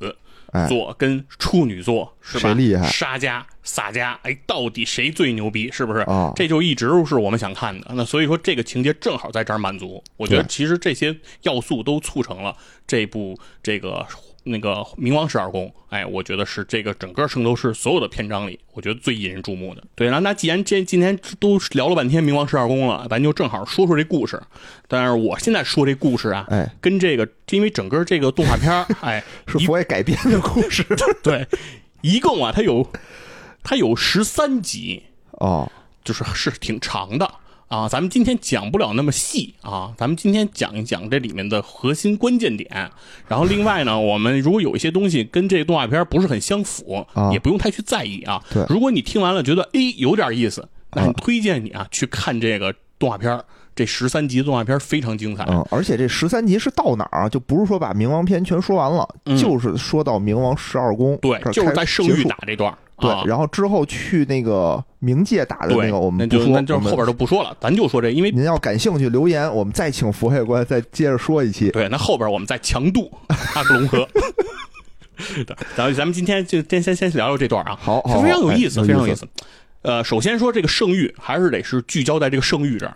Speaker 2: 哎，
Speaker 3: 座跟处女座是吧？
Speaker 2: 谁厉害
Speaker 3: 沙加、萨加，哎，到底谁最牛逼？是不是？
Speaker 2: 啊
Speaker 3: 这就一直是我们想看的。那所以说，这个情节正好在这儿满足。我觉得
Speaker 2: 对
Speaker 3: 其实这些要素都促成了这部这个。那个冥王十二宫，哎，我觉得是这个整个圣斗士所有的篇章里，我觉得最引人注目的。对，然后那既然这今天都聊了半天冥王十二宫了，咱就正好说说这故事。但是我现在说这故事啊，
Speaker 2: 哎，
Speaker 3: 跟这个，因为整个这个动画片儿，哎，
Speaker 2: 是
Speaker 3: 一
Speaker 2: 佛爷改编的故事
Speaker 3: 对，一共啊，它有它有十三集，
Speaker 2: 哦，
Speaker 3: 就是是挺长的啊。咱们今天讲不了那么细啊，咱们今天讲一讲这里面的核心关键点。然后另外呢，我们如果有一些东西跟这个动画片不是很相符，
Speaker 2: 啊
Speaker 3: 也不用太去在意啊。
Speaker 2: 对
Speaker 3: 如果你听完了觉得诶有点意思，那很
Speaker 2: 啊
Speaker 3: 推荐你啊去看这个动画片儿。这十三集动画片儿非常精彩，
Speaker 2: 嗯，而且这十三集是到哪儿啊？就不是说把冥王篇全说完了，
Speaker 3: 嗯
Speaker 2: 就是说到冥王十二宫，
Speaker 3: 对，
Speaker 2: 这儿
Speaker 3: 就是
Speaker 2: 开
Speaker 3: 在圣
Speaker 2: 结
Speaker 3: 域
Speaker 2: 束
Speaker 3: 打这段儿。
Speaker 2: 对
Speaker 3: 啊，
Speaker 2: 然后之后去那个冥界打的
Speaker 3: 对，
Speaker 2: 那个，我们不
Speaker 3: 就
Speaker 2: 说，
Speaker 3: 那就
Speaker 2: 我
Speaker 3: 是
Speaker 2: 们
Speaker 3: 后边都不说了，咱就说这，因为
Speaker 2: 您要感兴趣留言，我们再请佛爷过来再接着说一期。
Speaker 3: 对，那后边我们再强 度阿克隆河。对咱们咱们今天就先先先聊聊这段啊，
Speaker 2: 好，好，
Speaker 3: 非常
Speaker 2: 好
Speaker 3: 有
Speaker 2: 哎
Speaker 3: 意思，
Speaker 2: 有
Speaker 3: 非常有意
Speaker 2: 思。
Speaker 3: 思。呃，首先说这个圣域，还是得是聚焦在这个圣域这儿。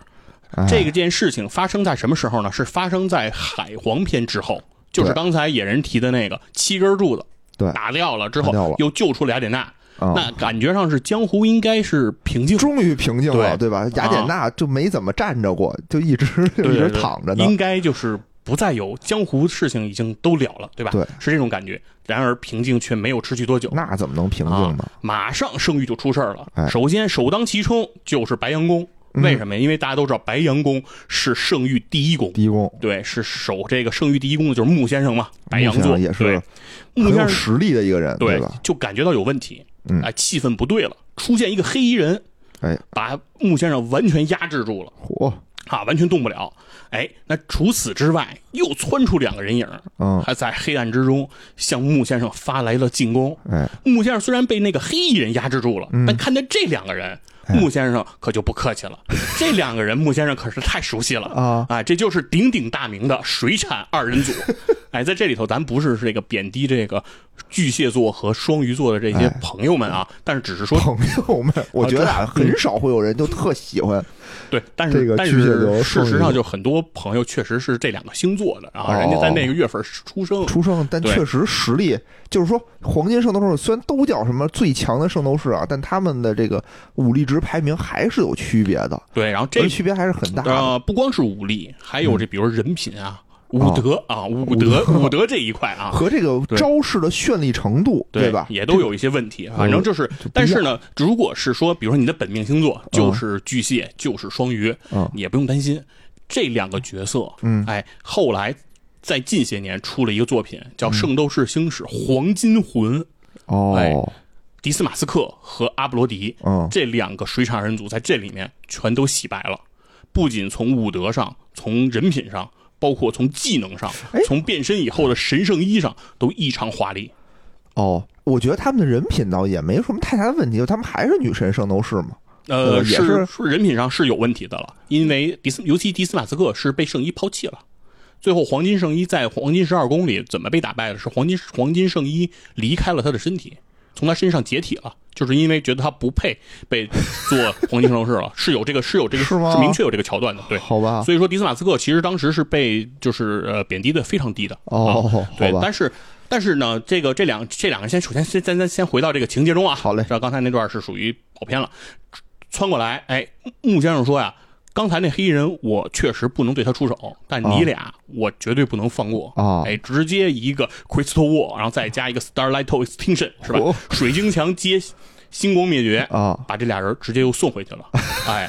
Speaker 2: 哎
Speaker 3: 这个件事情发生在什么时候呢？是发生在海皇篇之后，就是
Speaker 2: 对
Speaker 3: 刚才野人提的那个七根柱子
Speaker 2: 对
Speaker 3: 打掉了之
Speaker 2: 打掉
Speaker 3: 后
Speaker 2: 了，
Speaker 3: 又救出了雅典娜。
Speaker 2: 啊
Speaker 3: 那感觉上是江湖应该是平静
Speaker 2: 终于平静了，
Speaker 3: 对啊
Speaker 2: 对吧？雅典娜就没怎么站着过，就一直就一
Speaker 3: 对
Speaker 2: 直
Speaker 3: 对对
Speaker 2: 躺着呢。
Speaker 3: 应该就是不再有江湖事情已经都了了，对吧？
Speaker 2: 对
Speaker 3: 是这种感觉。然而平静却没有持续多久，
Speaker 2: 那怎么能平静呢
Speaker 3: 啊？，马上圣域就出事儿了。
Speaker 2: 哎嗯
Speaker 3: 首先首当其冲就是白羊宫，为什么呀？因为大家都知道白羊宫是圣域第一宫。
Speaker 2: 狄公
Speaker 3: 对，是守这个圣域第一宫的就是穆先生嘛，白羊
Speaker 2: 穆先
Speaker 3: 座
Speaker 2: 生也是
Speaker 3: 对穆
Speaker 2: 很
Speaker 3: 先生
Speaker 2: 有实力的一个人，
Speaker 3: 对
Speaker 2: 吧？
Speaker 3: 就感觉到有问题，
Speaker 2: 嗯
Speaker 3: 哎，气氛不对了，出现一个黑衣人，
Speaker 2: 哎，
Speaker 3: 把穆先生完全压制住了。
Speaker 2: 嚯，
Speaker 3: 啊，完全动不了。哎，那除此之外，又窜出两个人影儿，
Speaker 2: 嗯，
Speaker 3: 还在黑暗之中向穆先生发来了进攻。
Speaker 2: 哎，嗯
Speaker 3: 穆先生虽然被那个黑衣人压制住了，但看见这两个人，
Speaker 2: 哎
Speaker 3: 穆先生可就不客气了。 这两个人，穆先生可是太熟悉了
Speaker 2: 啊
Speaker 3: 啊！这就是鼎鼎大名的水产二人 组。哎，在这里头，咱不是这个贬低这个巨蟹座和双鱼座的这些
Speaker 2: 哎
Speaker 3: 朋友们啊，但是只是说
Speaker 2: 朋 友们，我觉得啊
Speaker 3: 啊这
Speaker 2: 很少会有人就特喜欢，
Speaker 3: 对，但
Speaker 2: 这
Speaker 3: 是
Speaker 2: 个
Speaker 3: 但
Speaker 2: 巨蟹
Speaker 3: 是
Speaker 2: 座
Speaker 3: 事实
Speaker 2: 双鱼
Speaker 3: 上，
Speaker 2: 座
Speaker 3: 就很多朋友确实是这两个星座的，然后
Speaker 2: 哦
Speaker 3: 人家在那个月份出生，
Speaker 2: 出生，但
Speaker 3: 对
Speaker 2: 确实实力，就是说，黄金圣斗士虽然都叫什么最强的圣斗士啊，但他们的这个武力值排名还是有区别的，
Speaker 3: 对，然后
Speaker 2: 而
Speaker 3: 这
Speaker 2: 区别还是很大嗯的。
Speaker 3: 呃不光是武力，还有这比如人品啊、
Speaker 2: 哦
Speaker 3: 武德啊、武德、武德这一块啊。
Speaker 2: 和这个
Speaker 3: 对
Speaker 2: 招式的绚丽程度，
Speaker 3: 对
Speaker 2: 吧？呃
Speaker 3: 也都有一些问题，啊反正就是，但是呢，如果是说，比如说你的本命星座就是巨蟹，就是双鱼，
Speaker 2: 嗯
Speaker 3: 你也不用担心。这两个角色，
Speaker 2: 嗯
Speaker 3: 哎，后来在近些年出了一个作品叫《
Speaker 2: 嗯
Speaker 3: 圣斗士星矢黄金魂》，哎
Speaker 2: 哦，
Speaker 3: 迪斯马斯克和阿布罗迪，
Speaker 2: 嗯
Speaker 3: 这两个水产人组在这里面全都洗白了，不仅从武德上，从人品上，包括从技能上
Speaker 2: 哎，
Speaker 3: 从变身以后的神圣衣上都异常华丽。
Speaker 2: 哦，我觉得他们的人品倒也没什么太大的问题，他们还是女神圣斗士嘛。
Speaker 3: 呃，
Speaker 2: 呃也
Speaker 3: 是
Speaker 2: 是
Speaker 3: 是人品上是有问题的了，因为迪斯，尤其迪斯马斯克是被圣衣抛弃了。最后，黄金圣衣在黄金十二宫里怎么被打败的？是黄金黄金圣衣离开了他的身体，从他身上解体了，就是因为觉得他不配被做黄金圣斗士了，是有这个是有这个
Speaker 2: 是吗
Speaker 3: 明确有这个桥段的，对。
Speaker 2: 好吧，
Speaker 3: 所以说，迪斯马斯克其实当时是被就是呃贬低的非常低的
Speaker 2: 哦，
Speaker 3: 啊对
Speaker 2: 好，吧，
Speaker 3: 但是但是呢，这个这两这两个先首先先咱咱先回到这个情节中啊。
Speaker 2: 好嘞
Speaker 3: 这刚才那段是属于跑偏了，穿过来，哎，穆先生说呀，刚才那黑衣人我确实不能对他出手，但你
Speaker 2: 啊
Speaker 3: 俩我绝对不能放过
Speaker 2: 啊
Speaker 3: 哎，直接一个 Crystal Wall，然后再加一个 Starlight Extinction 是吧？
Speaker 2: 哦
Speaker 3: 水晶墙接星光灭绝，
Speaker 2: 啊，
Speaker 3: 把这俩人直接又送回 去了，哎。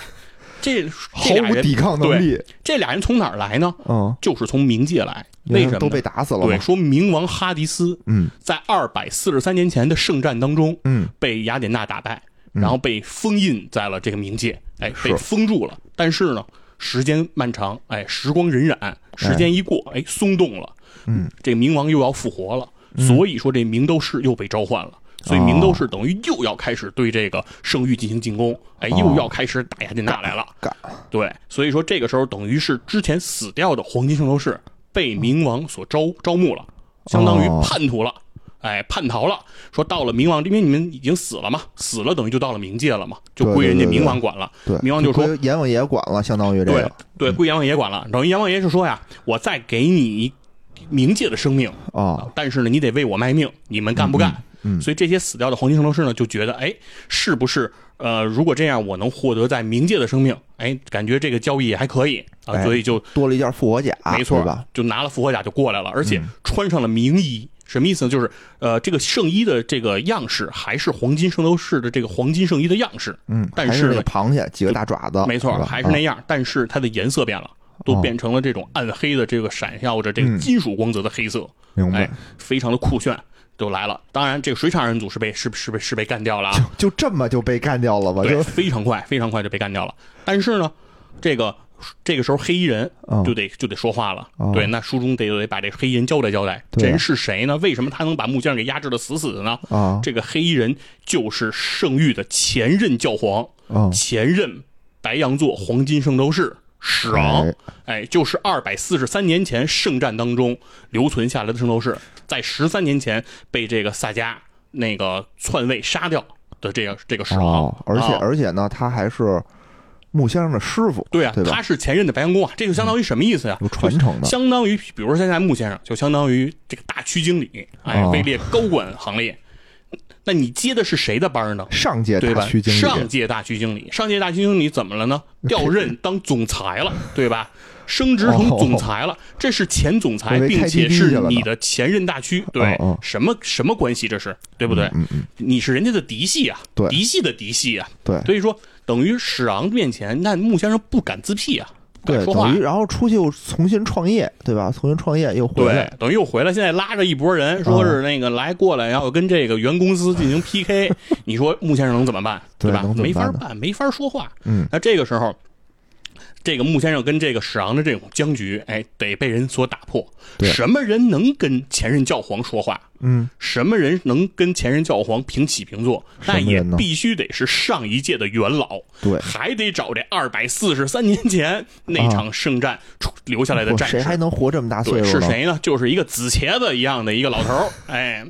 Speaker 3: 这
Speaker 2: 毫
Speaker 3: 这俩
Speaker 2: 无
Speaker 3: 人
Speaker 2: 抵抗能
Speaker 3: 对，
Speaker 2: 力，
Speaker 3: 这俩人从哪儿来呢？
Speaker 2: 嗯，
Speaker 3: 就是从冥界来，为什么呢
Speaker 2: 都被打死了
Speaker 3: 对，
Speaker 2: 嘛？
Speaker 3: 说冥王哈迪斯
Speaker 2: 嗯
Speaker 3: 在二百四十三年前的圣战当中
Speaker 2: 嗯，
Speaker 3: 被雅典娜打败，然后被封印在了这个冥界，哎，被
Speaker 2: 是
Speaker 3: 封住了。但是呢，时间漫长，哎，时光荏苒，时间一过，哎，松动了，
Speaker 2: 嗯，
Speaker 3: 这冥王又要复活了，所以说这冥斗士又被召唤了。所以
Speaker 2: 哦
Speaker 3: 冥斗士等于又要开始对这个圣域进行进攻，哎，又
Speaker 2: 哦
Speaker 3: 要开始打雅典娜来了。
Speaker 2: 干
Speaker 3: 对，所以说这个时候等于是之前死掉的黄金圣斗士被冥王所招招募了，相当于
Speaker 2: 哦
Speaker 3: 叛徒了。哎，叛逃了，说到了冥王，因为你们已经死了嘛，死了等于就到了冥界了嘛，就
Speaker 2: 对
Speaker 3: 归人家
Speaker 2: 对对
Speaker 3: 冥王管了。
Speaker 2: 对，
Speaker 3: 冥王就说
Speaker 2: 归阎王爷管了，相当于这
Speaker 3: 对
Speaker 2: 个
Speaker 3: 对，归阎王爷管了。等于阎王爷就说呀，我再给你冥界的生命，
Speaker 2: 啊，
Speaker 3: 但是呢，你得为我卖命，你们干不干？
Speaker 2: 嗯嗯
Speaker 3: 所以这些死掉的黄金圣斗士呢，就觉得，哎，是不是？呃，如果这样，我能获得在冥界的生命，哎，感觉这个交易也还可以啊，
Speaker 2: 哎
Speaker 3: 所以就
Speaker 2: 多了一件复活甲，
Speaker 3: 没错
Speaker 2: 对吧？嗯
Speaker 3: 就拿了复活甲就过来了，而且穿上了名衣。什么意思呢？就是呃，这个圣衣的这个样式还是黄金圣斗士的这个黄金圣衣的样式，
Speaker 2: 嗯，
Speaker 3: 但
Speaker 2: 还
Speaker 3: 是
Speaker 2: 是那
Speaker 3: 呢
Speaker 2: 个螃蟹几个大爪子，
Speaker 3: 没错，
Speaker 2: 啊吧哦
Speaker 3: 还是那样，但是它的颜色变了，都变成了这种暗黑的这个闪耀着这个
Speaker 2: 嗯
Speaker 3: 金属光泽的黑色。
Speaker 2: 啊明
Speaker 3: 哎
Speaker 2: 白？，
Speaker 3: 非常的酷炫，就来了。当然，这个水产人组是被是是被是被干掉了啊，
Speaker 2: 就这么就被干掉了吧？
Speaker 3: 对，
Speaker 2: 就
Speaker 3: 非常快，非常快就被干掉了。但是呢，这个这个时候黑衣人
Speaker 2: 嗯
Speaker 3: 就得、就得说话了，
Speaker 2: 哦
Speaker 3: 对，那书中得得把这黑衣人交代交代，
Speaker 2: 对啊
Speaker 3: 这人是谁呢？为什么他能把木匠给压制的死死的呢？
Speaker 2: 啊
Speaker 3: 这个黑衣人就是圣域的前任教皇，
Speaker 2: 啊，
Speaker 3: 前任白羊座黄金圣斗士史昂，哎，就是二百四十三年前圣战当中留存下来的圣斗士，在十三年前被这个萨迦那个篡位杀掉的这个这个史昂，
Speaker 2: 哦，而且
Speaker 3: 啊
Speaker 2: 而且呢，他还是木先生的师傅，
Speaker 3: 对啊，
Speaker 2: 对吧嗯
Speaker 3: 他是前任的白羊宫啊，这就相当于什么意思呀、
Speaker 2: 有传承的
Speaker 3: 相当于，比如说现在穆先生，就相当于这个大区经理，哎，
Speaker 2: 哦
Speaker 3: 位列高管行列。那你接的是谁的班儿呢？
Speaker 2: 上届
Speaker 3: 对
Speaker 2: 大
Speaker 3: 吧？
Speaker 2: 区经
Speaker 3: 上
Speaker 2: 理，
Speaker 3: 届大区经理，上届大区经理怎么了 呢？调任当总裁了，对吧？升职成总裁
Speaker 2: 哦
Speaker 3: 了，这是前总裁，
Speaker 2: 我以为
Speaker 3: 并
Speaker 2: 开
Speaker 3: 且
Speaker 2: DD
Speaker 3: 是
Speaker 2: 去了呢
Speaker 3: 你的前任大区，对
Speaker 2: 哦哦，
Speaker 3: 什么什么关系？这是对不对？
Speaker 2: 嗯
Speaker 3: 你是人家的嫡系啊，
Speaker 2: 对
Speaker 3: 嫡系的嫡系啊，
Speaker 2: 对
Speaker 3: 所以说等于史昂面前，那穆先生不敢自辟啊，不敢
Speaker 2: 对，
Speaker 3: 说话
Speaker 2: 等于。然后出去又重新创业，对吧？重新创业又回
Speaker 3: 对
Speaker 2: 来，，啊
Speaker 3: 等于又回来，现在拉着一拨人，说是那个来过来，然后跟这个原公司进行 PK，你说穆先生能怎么办？对
Speaker 2: 对
Speaker 3: 吧？
Speaker 2: 能怎么
Speaker 3: 没法
Speaker 2: 办呢
Speaker 3: 办，没法说话。
Speaker 2: 嗯，
Speaker 3: 那这个时候，这个穆先生跟这个史昂的这种僵局，哎，得被人所打破。
Speaker 2: 对
Speaker 3: 什么人能跟前任教皇说话？
Speaker 2: 嗯，
Speaker 3: 什么人能跟前任教皇平起平坐？
Speaker 2: 什
Speaker 3: 那
Speaker 2: 么
Speaker 3: 也
Speaker 2: 人呢
Speaker 3: 必须得是上一届的元老，
Speaker 2: 对
Speaker 3: 还得找这二百四十三年前那场圣战出留下来的
Speaker 2: 我
Speaker 3: 战士。
Speaker 2: 啊谁还能活这么大岁
Speaker 3: 对，是
Speaker 2: 数呢？
Speaker 3: 谁呢？就是一个紫茄子一样的一个老头儿，哎，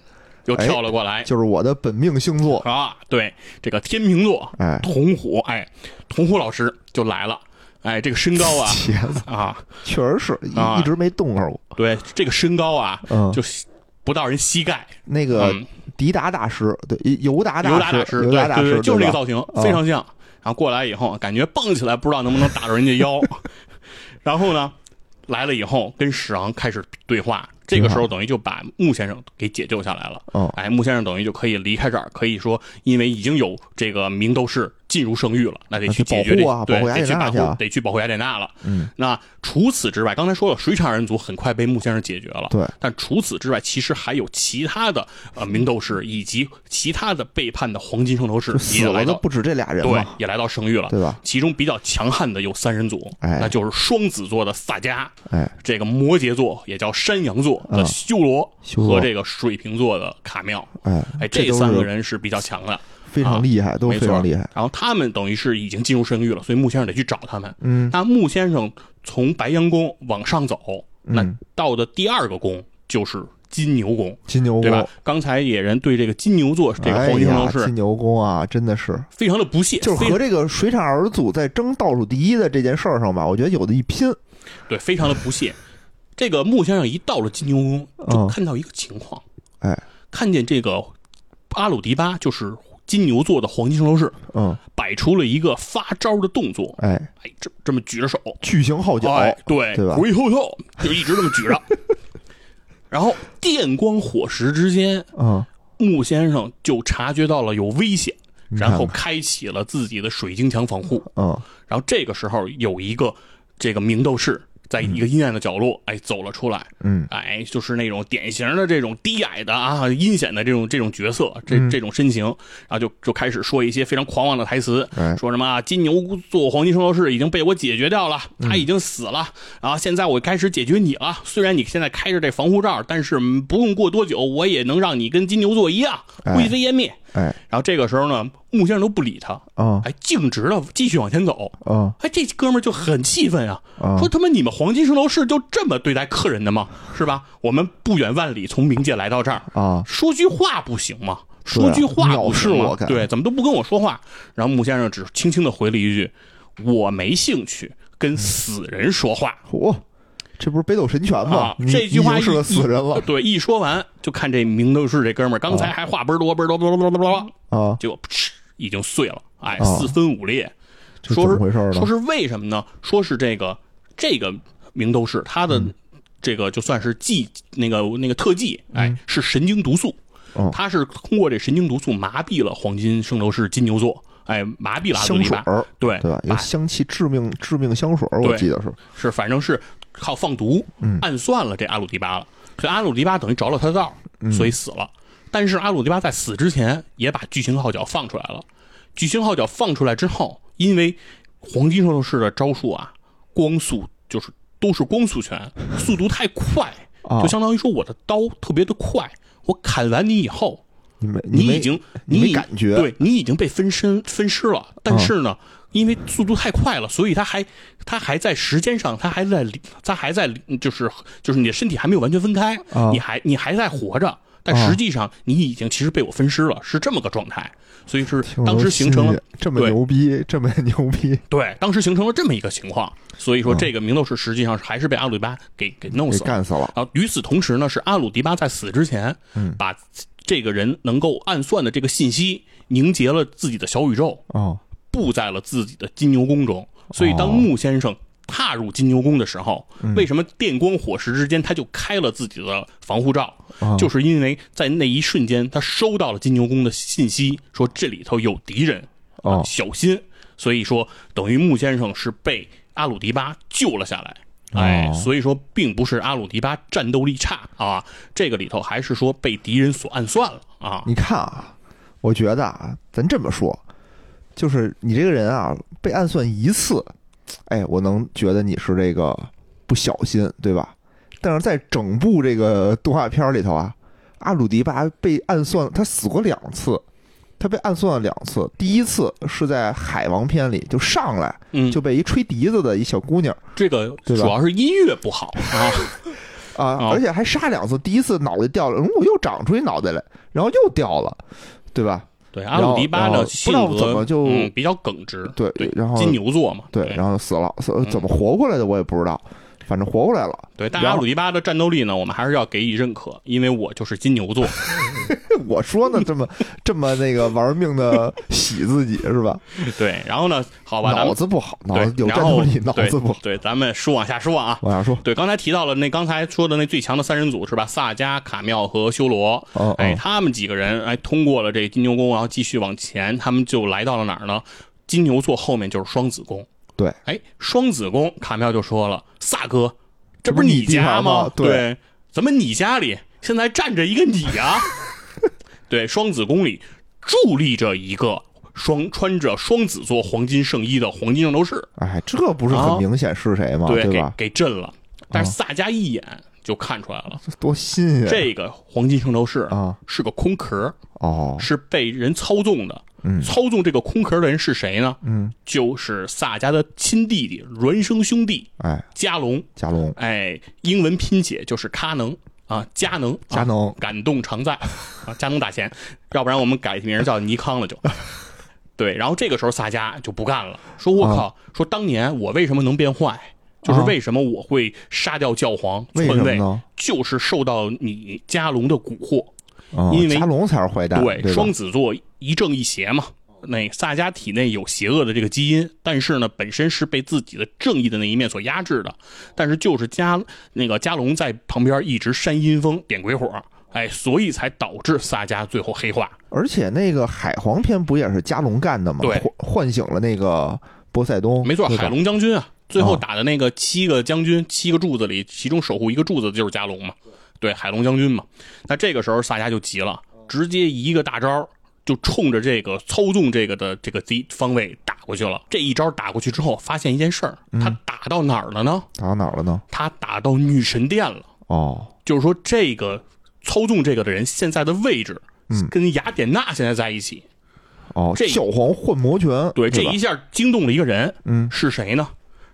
Speaker 3: 又跳了过来。
Speaker 2: 就是我的本命星 座，
Speaker 3: 啊，对，这个天秤座，
Speaker 2: 哎
Speaker 3: 童虎，哎，童虎老师就来了，哎，这个身高啊，
Speaker 2: 茄子
Speaker 3: 啊，
Speaker 2: 确实是一
Speaker 3: 啊
Speaker 2: 一直没动过。
Speaker 3: 对，这个身高啊，
Speaker 2: 嗯
Speaker 3: 就是不到人膝盖，
Speaker 2: 那个
Speaker 3: 嗯
Speaker 2: 迪达大师，对，尤达
Speaker 3: 尤达
Speaker 2: 师，
Speaker 3: 师，
Speaker 2: 尤
Speaker 3: 对
Speaker 2: 达大
Speaker 3: 对
Speaker 2: 师
Speaker 3: 对，就是这个造
Speaker 2: 型。
Speaker 3: 型，
Speaker 2: 嗯
Speaker 3: 非常像。然后过来以后，感觉蹦起来不知道能不能打着人家腰， 然后呢，来了以后跟史昂开始对话，这个时候等于就把穆先生给解救下来了。
Speaker 2: 嗯
Speaker 3: 哎，穆先生等于就可以离开这儿，可以说因为已经有这个明斗士进入圣域了，那得
Speaker 2: 啊
Speaker 3: 去
Speaker 2: 去
Speaker 3: 解
Speaker 2: 保
Speaker 3: 决这
Speaker 2: 护啊
Speaker 3: 对
Speaker 2: 保护雅
Speaker 3: 得
Speaker 2: 典
Speaker 3: 去
Speaker 2: 娜
Speaker 3: 保
Speaker 2: 去啊
Speaker 3: 护，得去保护雅典娜了。
Speaker 2: 嗯，
Speaker 3: 那除此之外，刚才说了，水产人族很快被木先生解决了。
Speaker 2: 对
Speaker 3: 但除此之外，其实还有其他的呃民斗士以及其他的背叛的黄金圣斗士
Speaker 2: 就
Speaker 3: 也
Speaker 2: 死
Speaker 3: 来
Speaker 2: 了
Speaker 3: 到
Speaker 2: 都不止这俩人
Speaker 3: 对
Speaker 2: 嘛，
Speaker 3: 也来到圣域了，
Speaker 2: 对吧？
Speaker 3: 其中比较强悍的有三人组，
Speaker 2: 哎
Speaker 3: 那就是双子座的萨迦，
Speaker 2: 哎，
Speaker 3: 这个摩羯座也叫山羊座的
Speaker 2: 嗯
Speaker 3: 修罗
Speaker 2: 修罗
Speaker 3: 和这个水瓶座的卡妙，
Speaker 2: 哎
Speaker 3: 哎，
Speaker 2: 这
Speaker 3: 这
Speaker 2: 都
Speaker 3: 三个
Speaker 2: 是
Speaker 3: 人是比较强的，
Speaker 2: 非常厉害，都
Speaker 3: 没
Speaker 2: 非
Speaker 3: 错
Speaker 2: 常厉害。。
Speaker 3: 然后他们等于是已经进入圣域了，所以穆先生得去找他们。
Speaker 2: 嗯
Speaker 3: 那穆先生从白羊宫往上走，那
Speaker 2: 嗯，
Speaker 3: 到的第二个宫就是金牛宫，
Speaker 2: 金牛
Speaker 3: 对
Speaker 2: 宫
Speaker 3: 吧，？刚才野人对这个金牛座这个
Speaker 2: 哦哎
Speaker 3: 黄金
Speaker 2: 呀
Speaker 3: 圣斗，士
Speaker 2: 金牛宫啊，真的是
Speaker 3: 非常的不屑，
Speaker 2: 就是
Speaker 3: 非
Speaker 2: 和这个水产儿组在争倒数第一的这件事儿上吧，我觉得有的一拼。
Speaker 3: 对，非常的不屑。这个穆先生一到了金牛宫，就
Speaker 2: 嗯
Speaker 3: 看到一个情况，
Speaker 2: 哎，
Speaker 3: 看见这个阿鲁迪巴，就是金牛座的黄金圣斗士，
Speaker 2: 嗯，
Speaker 3: 摆出了一个发招的动作，
Speaker 2: 哎，
Speaker 3: 哎，这这么举着手，
Speaker 2: 巨型号角，
Speaker 3: 哎，对，
Speaker 2: 对吧
Speaker 3: 回头头就一直这么举 着，然后电光火石之间，
Speaker 2: 嗯，
Speaker 3: 穆先生就察觉到了有危险，
Speaker 2: 你
Speaker 3: 然
Speaker 2: 看
Speaker 3: 后
Speaker 2: 看
Speaker 3: 开启了自己的水晶墙防护。
Speaker 2: 嗯，
Speaker 3: 然后这个时候有一个这个明斗士在一个阴暗的角落，哎，走了出来，
Speaker 2: 嗯，
Speaker 3: 哎，就是那种典型的这种低矮的啊，阴险的这种这种角色，这
Speaker 2: 嗯
Speaker 3: 这种身形，然后就就开始说一些非常狂妄的台词，
Speaker 2: 哎，
Speaker 3: 说什么啊金牛座黄金圣斗士已经被我解决掉了，
Speaker 2: 嗯
Speaker 3: 他已经死了，然后现在我开始解决你了。虽然你现在开着这防护罩，但是嗯不用过多久，我也能让你跟金牛座一样
Speaker 2: 哎
Speaker 3: 灰飞烟灭。
Speaker 2: 哎，
Speaker 3: 然后这个时候呢，穆先生都不理他，
Speaker 2: 嗯，
Speaker 3: 哎，径直的继续往前走。
Speaker 2: 嗯，
Speaker 3: 哎，这哥们儿就很气愤啊，
Speaker 2: 嗯
Speaker 3: 说他妈你们黄金圣斗士就这么对待客人的吗？是吧？我们不远万里从冥界来到这儿，
Speaker 2: 啊，
Speaker 3: 说句话不行吗？
Speaker 2: 对啊
Speaker 3: 说句话不行
Speaker 2: 藐视
Speaker 3: 吗
Speaker 2: 我？感
Speaker 3: 对，怎么都不跟我说话？然后穆先生只轻轻的回了一句：“我没兴趣跟死人说话。
Speaker 2: 嚯，这不是北斗神拳吗
Speaker 3: 啊？
Speaker 2: 你
Speaker 3: 这句话
Speaker 2: 你已经是
Speaker 3: 一
Speaker 2: 个死人了
Speaker 3: 对，一说完就看这明斗士这哥们儿，刚才还话倍儿多倍儿多倍儿多倍儿多，
Speaker 2: 啊，
Speaker 3: 结果噗已经碎了，哎，
Speaker 2: 啊
Speaker 3: 四分五裂。
Speaker 2: 这
Speaker 3: 说
Speaker 2: 怎
Speaker 3: 是
Speaker 2: 么回事儿
Speaker 3: 说
Speaker 2: 呢？
Speaker 3: 是为什么呢？说是这个这个明斗士他
Speaker 2: 嗯
Speaker 3: 的这个就算是技那个那个特技，哎，是神经毒素
Speaker 2: 嗯哦，
Speaker 3: 他是通过这神经毒素麻痹了黄金圣斗士金牛座，哎，麻痹了阿杜
Speaker 2: 香
Speaker 3: 迪
Speaker 2: 水
Speaker 3: 巴，
Speaker 2: 儿，
Speaker 3: 对
Speaker 2: 对吧？一
Speaker 3: 把
Speaker 2: 个香气致命致命香水儿，
Speaker 3: 哎
Speaker 2: 我
Speaker 3: 对
Speaker 2: 记得是，
Speaker 3: 是反正是靠放毒暗算了这阿鲁迪巴了，所以阿鲁迪巴等于着了他的道，所以死了。但是阿鲁迪巴在死之前也把巨型号角放出来了，巨型号角放出来之后，因为黄金圣斗士的招数啊，光速就是都是光速拳，速度太快，
Speaker 2: 啊
Speaker 3: 就相当于说我的刀特别的快，我砍完你以后，
Speaker 2: 你没
Speaker 3: 你
Speaker 2: 没
Speaker 3: 已经
Speaker 2: 你
Speaker 3: 你
Speaker 2: 没
Speaker 3: 已
Speaker 2: 感觉嗯
Speaker 3: 对你已经被分身分尸了。但是呢，因为速度太快了，所以它还它还在时间上，它还在它还在就是就是你的身体还没有完全分开，
Speaker 2: 啊
Speaker 3: 你还你还在活着。但
Speaker 2: 啊
Speaker 3: 实际上，你已经其实被我分尸了，是这么个状态，所以是
Speaker 2: 听着
Speaker 3: 当
Speaker 2: 都
Speaker 3: 时形成了
Speaker 2: 新鲜这么
Speaker 3: 对
Speaker 2: 牛逼，这么牛逼，
Speaker 3: 对，当时形成了这么一个情况，所以说这个明斗士实际上是还是被阿鲁迪巴给给弄
Speaker 2: 嗯给
Speaker 3: 死了。
Speaker 2: 干死了。
Speaker 3: 然后与此同时呢，是阿鲁迪巴在死之前，
Speaker 2: 嗯
Speaker 3: 把这个人能够暗算的这个信息凝结了自己的小宇宙，
Speaker 2: 哦，
Speaker 3: 布在了自己的金牛宫中。所以当
Speaker 2: 哦嗯
Speaker 3: 穆先生踏入金牛宫的时候，为什么电光火石之间他就开了自己的防护罩？
Speaker 2: 哦
Speaker 3: 就是因为在那一瞬间，他收到了金牛宫的信息，说这里头有敌人，
Speaker 2: 哦
Speaker 3: 啊小心。所以说，等于穆先生是被阿鲁迪巴救了下来。哎，
Speaker 2: 哦
Speaker 3: 所以说，并不是阿鲁迪巴战斗力差啊，这个里头还是说被敌人所暗算了啊。
Speaker 2: 你看啊，我觉得啊，咱这么说，就是你这个人啊，被暗算一次，哎，我能觉得你是这个不小心，对吧？但是在整部这个动画片里头啊，阿鲁迪巴被暗算，他死过两次，他被暗算了两次。第一次是在海王篇里，就上来
Speaker 3: 嗯，
Speaker 2: 就被一吹笛子的一小姑娘
Speaker 3: 这个主
Speaker 2: 对吧
Speaker 3: 要是音乐不好 啊。
Speaker 2: 啊
Speaker 3: 哦，
Speaker 2: 而且还杀两次，第一次脑袋掉了，嗯，我又长出一脑袋来，然后又掉了，对吧？
Speaker 3: 对，阿
Speaker 2: 然后
Speaker 3: 鲁迪巴
Speaker 2: 然后呃
Speaker 3: 的
Speaker 2: 不
Speaker 3: 性
Speaker 2: 知道
Speaker 3: 格
Speaker 2: 怎么就
Speaker 3: 嗯、比较耿直，
Speaker 2: 对
Speaker 3: 对，
Speaker 2: 然后
Speaker 3: 金牛座嘛，哎
Speaker 2: 对，然后死了，死怎么活过来的我也不知道，反正活过来了。
Speaker 3: 嗯对，但
Speaker 2: 然
Speaker 3: 阿
Speaker 2: 后
Speaker 3: 鲁迪巴的战斗力呢，我们还是要给予认可，因为我就是金牛座，
Speaker 2: 我说呢，这么 这么那个玩命的洗自己是吧？
Speaker 3: 对，然后呢，好吧，咱
Speaker 2: 脑
Speaker 3: 们
Speaker 2: 子不好，脑子
Speaker 3: 对，
Speaker 2: 有
Speaker 3: 然
Speaker 2: 战
Speaker 3: 后
Speaker 2: 斗力，脑子不好。
Speaker 3: 对，对，咱们书往下说啊。
Speaker 2: 往下说，
Speaker 3: 对，刚才提到了那刚才说的那最强的三人组是吧？萨迦、卡妙和修罗，
Speaker 2: 哦
Speaker 3: 哎，
Speaker 2: 哦
Speaker 3: 他们几个人哎通过了这金牛宫，然后继续往前，他们就来到了哪儿呢？金牛座后面就是双子宫。
Speaker 2: 对，
Speaker 3: 哎，双子宫，卡妙就说了：“萨哥，这
Speaker 2: 不
Speaker 3: 不
Speaker 2: 是
Speaker 3: 是
Speaker 2: 你地
Speaker 3: 家
Speaker 2: 盘吗对
Speaker 3: 对，怎么你家里现在站着一个你啊？” 对，双子宫里伫立着一个双穿着双子座黄金圣衣的黄金圣斗士，
Speaker 2: 哎，这不是很
Speaker 3: 啊
Speaker 2: 明显是谁吗？
Speaker 3: 对，
Speaker 2: 对
Speaker 3: 给
Speaker 2: 吧？啊
Speaker 3: 给震了。但是萨迦一眼就看出来了，
Speaker 2: 这多新鲜！
Speaker 3: 这个黄金圣斗士
Speaker 2: 啊，
Speaker 3: 是个空壳，
Speaker 2: 哦，
Speaker 3: 是被人操纵的。
Speaker 2: 嗯
Speaker 3: 操纵这个空壳的人是谁呢？
Speaker 2: 嗯，
Speaker 3: 就是萨迦的亲弟弟、孪生兄弟
Speaker 2: 哎，
Speaker 3: 加隆。
Speaker 2: 加隆、
Speaker 3: 哎，英文拼写就是卡能啊，佳能，
Speaker 2: 加
Speaker 3: 啊、
Speaker 2: 农，
Speaker 3: 感动常在啊，佳能打钱，要不然我们改名叫尼康了就。对，然后这个时候萨迦就不干了，说我靠，说当年我为什么能变坏？就是
Speaker 2: 啊
Speaker 3: 为什么我会杀掉教皇
Speaker 2: 为什
Speaker 3: 篡
Speaker 2: 么
Speaker 3: 位？
Speaker 2: 呢？
Speaker 3: 就是受到你加隆的蛊惑。
Speaker 2: 嗯
Speaker 3: 因为
Speaker 2: 加隆才是坏蛋，对吧，
Speaker 3: 双子座一正一邪嘛。那萨迦体内有邪恶的这个基因，但是呢，本身是被自己的正义的那一面所压制的。但是就是加那个加隆在旁边一直煽阴风、点鬼火，哎，所以才导致萨迦最后黑化。
Speaker 2: 而且那个海皇篇不也是加隆干的吗？
Speaker 3: 对
Speaker 2: 唤唤醒了那个波塞冬，
Speaker 3: 没错，
Speaker 2: 对吧
Speaker 3: 海龙将军啊，最后
Speaker 2: 啊
Speaker 3: 打的那个七个将军、七个柱子里，其中守护一个柱子的就是加隆嘛，对，海龙将军嘛。那这个时候萨迦就急了，直接一个大招就冲着这个操纵这个的这个敌方位打过去了。这一招打过去之后，发现一件事儿，
Speaker 2: 嗯
Speaker 3: 他打到哪儿了呢？
Speaker 2: 打到哪儿了呢？
Speaker 3: 他打到女神殿了，
Speaker 2: 哦，
Speaker 3: 就是说这个操纵这个的人现在的位置。
Speaker 2: 嗯
Speaker 3: 跟雅典娜现在在一起，
Speaker 2: 哦，
Speaker 3: 这
Speaker 2: 教皇混魔拳，
Speaker 3: 对，这
Speaker 2: 吧
Speaker 3: 一下惊动了一个人，
Speaker 2: 嗯
Speaker 3: 是谁呢？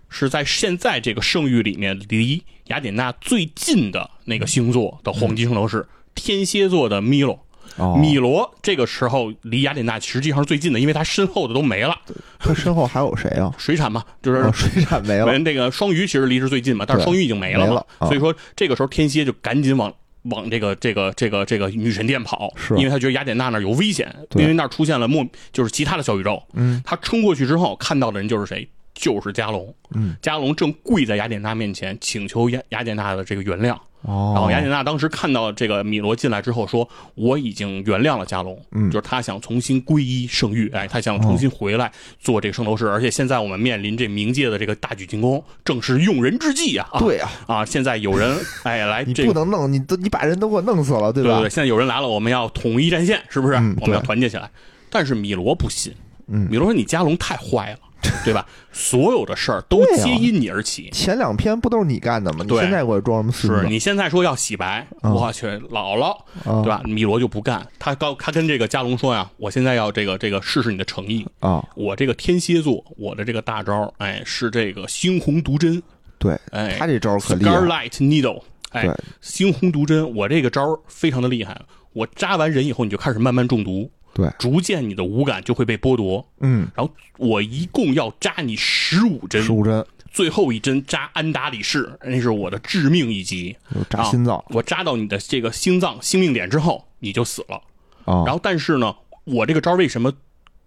Speaker 3: 是在现在这个圣域里面离雅典娜最近的那个星座的黄金圣斗士，天蝎座的米罗。
Speaker 2: 嗯哦，
Speaker 3: 米罗这个时候离雅典娜实际上是最近的，因为他身后的都没了，
Speaker 2: 他身后还有谁啊？
Speaker 3: 水产嘛， 就是
Speaker 2: 哦水产没了，
Speaker 3: 人这个双鱼其实离是最近嘛，但是
Speaker 2: 对
Speaker 3: 双鱼已经没了嘛，
Speaker 2: 没了啊
Speaker 3: 所以说这个时候天蝎就赶紧往往这个这个这个这个女神殿跑，
Speaker 2: 是
Speaker 3: 因为他觉得雅典娜那儿有危险，
Speaker 2: 对
Speaker 3: 因为那儿出现了莫就是其他的小宇宙。
Speaker 2: 嗯，
Speaker 3: 他冲过去之后看到的人就是谁？就是加隆。
Speaker 2: 嗯，
Speaker 3: 加隆正跪在雅典娜面前请求雅雅典娜的这个原谅。
Speaker 2: 哦，
Speaker 3: 然后雅典娜当时看到这个米罗进来之后说：“我已经原谅了加隆，
Speaker 2: 嗯哦
Speaker 3: 就是他想重新皈依圣域，哎，他想重新回来做这个圣斗士，而且现在我们面临这冥界的这个大举进攻，正是用人之际啊！啊
Speaker 2: 对啊，
Speaker 3: 啊，现在有 人哎来
Speaker 2: 你
Speaker 3: 这
Speaker 2: 不
Speaker 3: 个。”
Speaker 2: 能弄，你都你把人都给我弄死了，对
Speaker 3: 对
Speaker 2: 吧
Speaker 3: 对，？现在有人来了，我们要统一战线，是不是？
Speaker 2: 嗯
Speaker 3: 我们要
Speaker 2: 对
Speaker 3: 团结起来。但是米罗不信，
Speaker 2: 嗯
Speaker 3: 米罗说你加隆太坏了，对吧？所有的事儿都
Speaker 2: 对啊
Speaker 3: 皆因你而起。
Speaker 2: 前两篇不都是你干的吗？你
Speaker 3: 对
Speaker 2: 现在给我装什么孙
Speaker 3: 是
Speaker 2: 子？
Speaker 3: 你现在说要洗白，
Speaker 2: 嗯
Speaker 3: 我去姥姥，
Speaker 2: 啊
Speaker 3: 对吧？米罗就不干，他告他跟这个加隆说呀，我现在要这个这个试试你的诚意。
Speaker 2: 啊，
Speaker 3: 我这个天蝎座，我的这个大招，哎，是这个猩红毒针，
Speaker 2: 对，
Speaker 3: 哎
Speaker 2: 他这招可厉害，
Speaker 3: ，Scarlet Needle，哎
Speaker 2: 对，
Speaker 3: 猩红毒针，我这个招非常的厉害，我扎完人以后，你就开始慢慢中毒，
Speaker 2: 对，
Speaker 3: 逐渐你的五感就会被剥夺，
Speaker 2: 嗯，
Speaker 3: 然后我一共要扎你十五针
Speaker 2: 十，五针
Speaker 3: 最后一针扎安达里士，那是我的致命一击，
Speaker 2: 有扎心脏
Speaker 3: 啊我扎到你的这个心脏性命点之后，你就死了。
Speaker 2: 啊
Speaker 3: 然，后，但是呢，我这个招为什么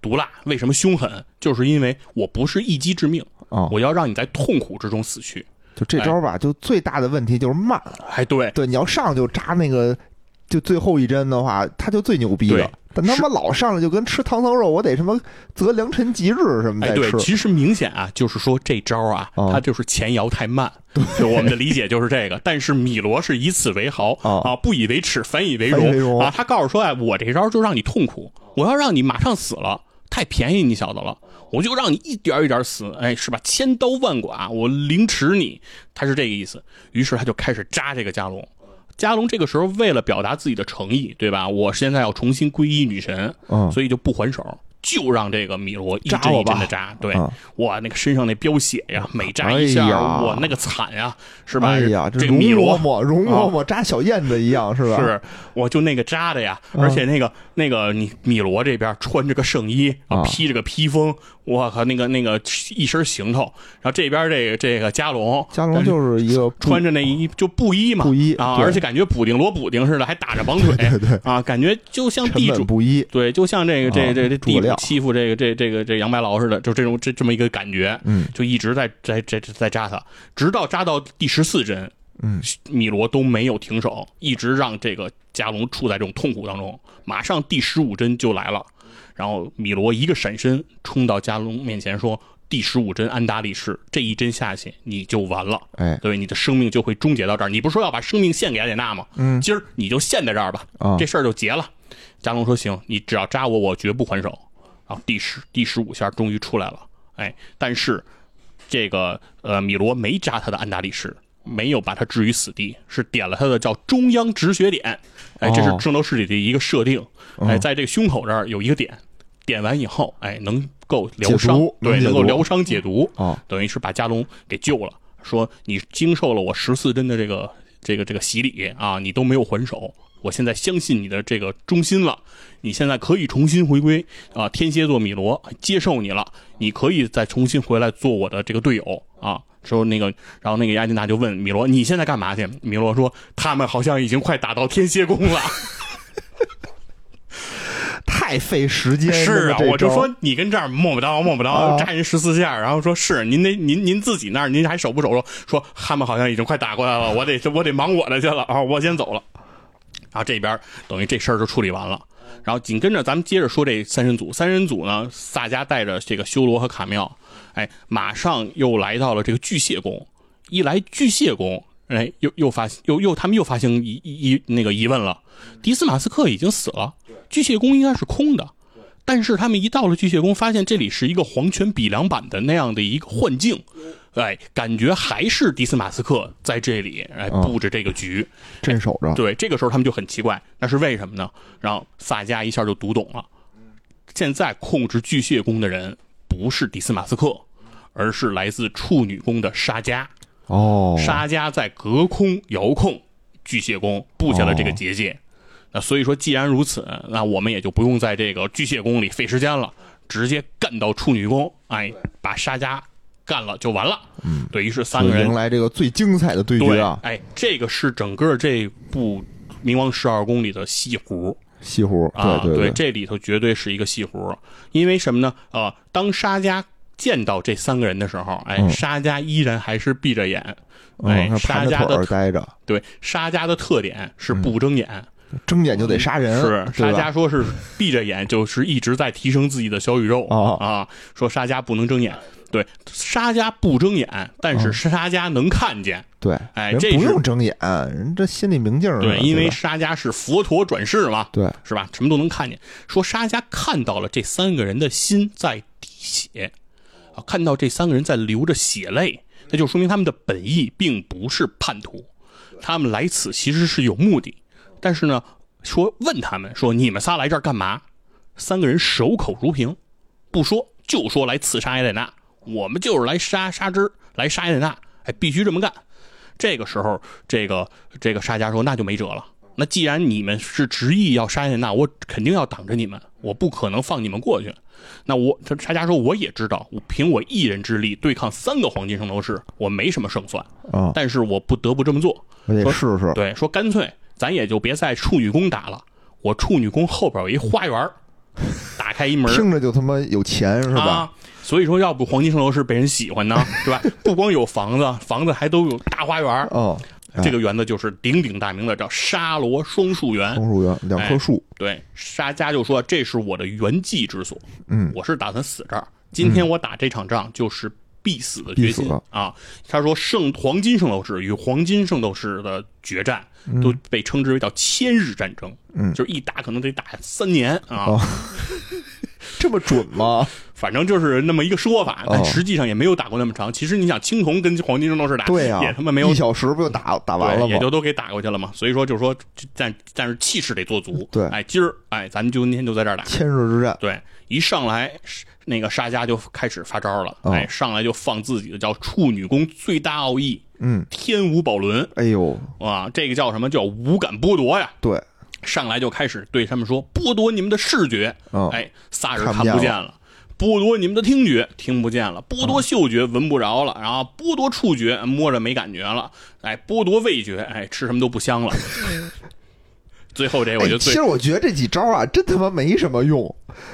Speaker 3: 毒辣，为什么凶狠，就是因为我不是一击致命，
Speaker 2: 啊，
Speaker 3: 我要让你在痛苦之中死去。
Speaker 2: 就这招吧，就最大的问题就是慢，
Speaker 3: 哎，对，
Speaker 2: 对，你要上就扎那个，就最后一针的话，他就最牛逼了
Speaker 3: 对。
Speaker 2: 但他妈老上来就跟吃唐僧肉，我得什么择良辰吉日什么
Speaker 3: 哎，
Speaker 2: 再
Speaker 3: 对，
Speaker 2: 吃。
Speaker 3: 其实明显啊，就是说这招啊，
Speaker 2: 啊
Speaker 3: 它就是前摇太慢，就我们的理解就是这个。 但是米罗是以此为豪
Speaker 2: 啊
Speaker 3: 啊，不以为耻，反以为
Speaker 2: 反以为
Speaker 3: 荣
Speaker 2: 荣
Speaker 3: 啊。他告诉说，哎，我这招就让你痛苦，我要让你马上死了，太便宜你小子了，我就让你一点一点死，哎，是吧？千刀万剐，啊我凌迟你，他是这个意思。于是他就开始扎这个加隆。加隆这个时候为了表达自己的诚意，对吧？我现在要重新皈依女神，
Speaker 2: 嗯
Speaker 3: 所以就不还手，就让这个米罗一
Speaker 2: 扎
Speaker 3: 针
Speaker 2: 我
Speaker 3: 一针
Speaker 2: 吧
Speaker 3: 的扎。对，
Speaker 2: 嗯
Speaker 3: 哇，那个身上那飙血呀，每扎一下，
Speaker 2: 哎呀
Speaker 3: 我那个惨呀，是吧？
Speaker 2: 哎呀，
Speaker 3: 这个
Speaker 2: 容
Speaker 3: 米
Speaker 2: 嬷
Speaker 3: 罗
Speaker 2: 嬷，容嬷嬷扎小燕子一样啊是吧？
Speaker 3: 是，我就那个扎的呀，
Speaker 2: 嗯
Speaker 3: 而且那个那个你米罗这边穿着个圣衣，啊，
Speaker 2: 啊
Speaker 3: 披着个披风，我靠，那个那个一身行头，然后这边这个这个加隆，
Speaker 2: 加隆就是一个不
Speaker 3: 穿着那一就布衣嘛，
Speaker 2: 嗯布衣
Speaker 3: 啊，
Speaker 2: 对
Speaker 3: 而且感觉补丁罗补丁似的，还打着绑腿，啊，感觉就像
Speaker 2: 沉
Speaker 3: 地主
Speaker 2: 稳不一，
Speaker 3: 对，就像这个这
Speaker 2: 啊
Speaker 3: 这这
Speaker 2: 诸葛
Speaker 3: 地主
Speaker 2: 亮
Speaker 3: 欺负这个这这个这杨白劳似的，就这种这这么一个感觉，
Speaker 2: 嗯，
Speaker 3: 就一直在在在在在扎他，直到扎到第十四针，
Speaker 2: 嗯，
Speaker 3: 米罗都没有停手，一直让这个加隆处在这种痛苦当中。马上第十五针就来了，然后米罗一个闪身冲到加隆面前说：“第十五针安达力士，这一针下去你就完了，
Speaker 2: 哎，
Speaker 3: 对，你的生命就会终结到这儿。你不是说要把生命献给雅典娜吗？
Speaker 2: 嗯
Speaker 3: 今儿你就献在这儿吧，
Speaker 2: 啊
Speaker 3: 这事儿就结了。”加隆说：“行，你只要扎我，我绝不还手。”然后第十第十五下终于出来了，哎，但是这个呃米罗没扎他的安达力士，没有把他置于死地，是点了他的叫中央止血点，哎，这是
Speaker 2: 哦
Speaker 3: 圣斗士里的一个设定，哎，
Speaker 2: 嗯
Speaker 3: 在这个胸口这儿有一个点，点完以后，哎，能够疗
Speaker 2: 解
Speaker 3: 伤
Speaker 2: 毒，能
Speaker 3: 对，
Speaker 2: 解
Speaker 3: 能够
Speaker 2: 毒
Speaker 3: 疗伤解毒，
Speaker 2: 哦，
Speaker 3: 等于是把加隆给救了，说你经受了我十四针的这个这个这个洗礼啊，你都没有还手，我现在相信你的这个忠心了，你现在可以重新回归啊，天蝎座米罗接受你了，你可以再重新回来做我的这个队友啊。之后那个，然后那个雅典娜就问米罗：“你现在干嘛去？”米罗说：“他们好像已经快打到天蝎宫了。”
Speaker 2: 太费时间。
Speaker 3: 是
Speaker 2: 那
Speaker 3: 啊
Speaker 2: 么这，
Speaker 3: 我就
Speaker 2: 招
Speaker 3: 说你跟这儿磨磨叨磨磨
Speaker 2: 啊
Speaker 3: 叨，扎人十四下，然后说是您那您您自己那儿您还守不守着？说他们好像已经快打过来了，我得我得忙我的去了啊，我先走了。然后这边等于这事儿就处理完了。然后紧跟着咱们接着说这三人组，三人组呢，萨迦带着这个修罗和卡妙，哎，马上又来到了这个巨蟹宫。一来巨蟹宫，哎，又又发又又他们又发现疑疑疑那个疑问了，迪斯马斯克已经死了，巨蟹宫应该是空的。但是他们一到了巨蟹宫，发现这里是一个皇权比量版的那样的一个幻境，哎，感觉还是迪斯马斯克在这里哎
Speaker 2: 嗯
Speaker 3: 布置这个局。
Speaker 2: 镇守着，
Speaker 3: 对，这个时候他们就很奇怪，那是为什么呢？然后萨迦一下就读懂了，现在控制巨蟹宫的人不是迪斯马斯克，而是来自处女宫的沙迦。
Speaker 2: 哦，
Speaker 3: 沙迦在隔空遥控巨蟹宫，布下了这个结界。那所以说，既然如此，那我们也就不用在这个巨蟹宫里费时间了，直接干到处女宫，哎，把沙迦干了就完了。嗯，对于是三
Speaker 2: 就
Speaker 3: 个人
Speaker 2: 迎来这个最精彩的对
Speaker 3: 对
Speaker 2: 决啊，
Speaker 3: 哎，这个是整个这部《冥王十二宫》里的西湖
Speaker 2: 西湖，
Speaker 3: 啊，
Speaker 2: 对对，
Speaker 3: 这里头绝对是一个西湖，因为什么呢？呃，当沙迦见到这三个人的时候，哎，
Speaker 2: 嗯
Speaker 3: 沙迦依然还是闭着眼，哎
Speaker 2: 嗯，，那
Speaker 3: 沙
Speaker 2: 盘着
Speaker 3: 迦的
Speaker 2: 腿儿待着，
Speaker 3: 对，沙迦的特点是不睁眼，
Speaker 2: 睁眼就得嗯杀人，
Speaker 3: 是沙
Speaker 2: 对嗯哎吧
Speaker 3: 迦说是闭着眼，就是一直在提升自己的小宇宙、
Speaker 2: 哦
Speaker 3: 啊。说沙迦不能睁眼，对，沙迦不睁眼，但
Speaker 2: 哦
Speaker 3: 是沙迦能看见，
Speaker 2: 对，
Speaker 3: 哎
Speaker 2: 人
Speaker 3: 这
Speaker 2: 不
Speaker 3: 是
Speaker 2: 用睁眼，人这心里明镜儿呢
Speaker 3: 对，因为
Speaker 2: 吧
Speaker 3: 沙迦是佛陀转世嘛，
Speaker 2: 对，
Speaker 3: 是吧？什么都能看见。说沙迦看到了这三个人的心在滴血，啊，看到这三个人在流着血泪，那就说明他们的本意并不是叛徒，他们来此其实是有目的。但是呢，说问他们说你们仨来这儿干嘛？三个人守口如瓶，不说就说来刺杀雅典娜，我们就是来杀杀之，来杀雅典娜，哎，必须这么干。这个时候，这个这个沙迦说：“那就没辙了。那既然你们是执意要杀雅典娜，我肯定要挡着你们，我不可能放你们过去。那我这沙迦说，我也知道，我凭我一人之力对抗三个黄金圣斗士，我没什么胜算，
Speaker 2: 嗯，
Speaker 3: 但是我不得不这么做。
Speaker 2: 我得
Speaker 3: 说
Speaker 2: 试试，
Speaker 3: 对，说干脆咱也就别在处女宫打了，我处女宫后边有一花园儿， 打开一门儿，
Speaker 2: 听着就他妈有钱是吧？
Speaker 3: 啊？所以说，要不黄金圣斗士被人喜欢呢，是吧？不光有房子，房子还都有大花园儿。
Speaker 2: 哦，哎
Speaker 3: 这个园子就是鼎鼎大名的叫沙罗双树园。
Speaker 2: 松树园两棵树，
Speaker 3: 对，沙迦就说这是我的原计之所，
Speaker 2: 嗯，
Speaker 3: 我是打算死这儿。今天我打这场仗就是必死的决
Speaker 2: 必
Speaker 3: 心
Speaker 2: 死了
Speaker 3: 啊！他说圣黄金圣斗士与黄金圣斗士的决战都被称之为叫千日战争，
Speaker 2: 嗯
Speaker 3: 就是一打可能得打三年啊。
Speaker 2: 哦这么准吗？
Speaker 3: 反正就是那么一个说法，但
Speaker 2: 哦
Speaker 3: 实际上也没有打过那么长。其实你想，青铜跟黄金圣斗士打，
Speaker 2: 对啊呀，
Speaker 3: 也他妈没有
Speaker 2: 一小时不就打打完了
Speaker 3: 对也
Speaker 2: 吗？
Speaker 3: 就都给打过去了嘛。所以说，就是说，这但但是气势得做足。
Speaker 2: 对
Speaker 3: 哎，今儿哎，咱们就今天就在这儿打。
Speaker 2: 千日之战，
Speaker 3: 对，一上来是那个沙迦就开始发招了，
Speaker 2: 哦
Speaker 3: 哎，上来就放自己的叫处女宫最大奥义
Speaker 2: 嗯，
Speaker 3: 天无宝轮
Speaker 2: 哎呦，
Speaker 3: 啊，这个叫什么叫无感剥夺呀？
Speaker 2: 对，
Speaker 3: 上来就开始对他们说剥夺你们的视觉，
Speaker 2: 哦
Speaker 3: 哎，仨人
Speaker 2: 看不
Speaker 3: 看
Speaker 2: 见
Speaker 3: 不见了。剥夺你们的听觉，听不见了；剥夺嗅觉，闻不着了；然后剥夺触觉，摸着没感觉了；哎，剥夺味觉，哎，吃什么都不香了。 最后这我
Speaker 2: 哎
Speaker 3: 觉得
Speaker 2: 其
Speaker 3: 最
Speaker 2: 实我觉得这几招啊，真他妈没什么用。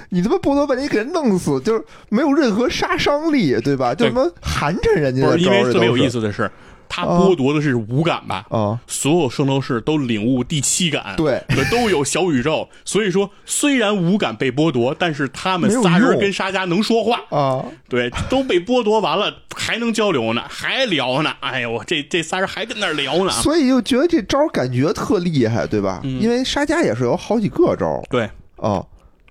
Speaker 2: 你他妈不多半天给人弄死，就是没有任何杀伤力，对吧？就
Speaker 3: 对
Speaker 2: 他妈寒碜人家
Speaker 3: 不
Speaker 2: 的
Speaker 3: 是因
Speaker 2: 招
Speaker 3: 为
Speaker 2: 儿，
Speaker 3: 特别有
Speaker 2: 这都
Speaker 3: 意
Speaker 2: 是。
Speaker 3: 思
Speaker 2: 哦
Speaker 3: 的是，他剥夺的是五感吧？
Speaker 2: 啊，
Speaker 3: 所有圣斗士都领悟第七感，
Speaker 2: 对，
Speaker 3: 都有小宇宙。所以说，虽然五感被剥夺，但是他们仨
Speaker 2: 没有
Speaker 3: 人
Speaker 2: 用
Speaker 3: 跟沙加能说话，
Speaker 2: 啊，
Speaker 3: 对，都被剥夺完了，还能交流呢，还聊呢。哎呦，这这仨人还跟那儿聊呢。
Speaker 2: 所以就觉得这招儿感觉特厉害，对吧？
Speaker 3: 嗯
Speaker 2: 因为沙加也是有好几个招儿
Speaker 3: 对，
Speaker 2: 啊，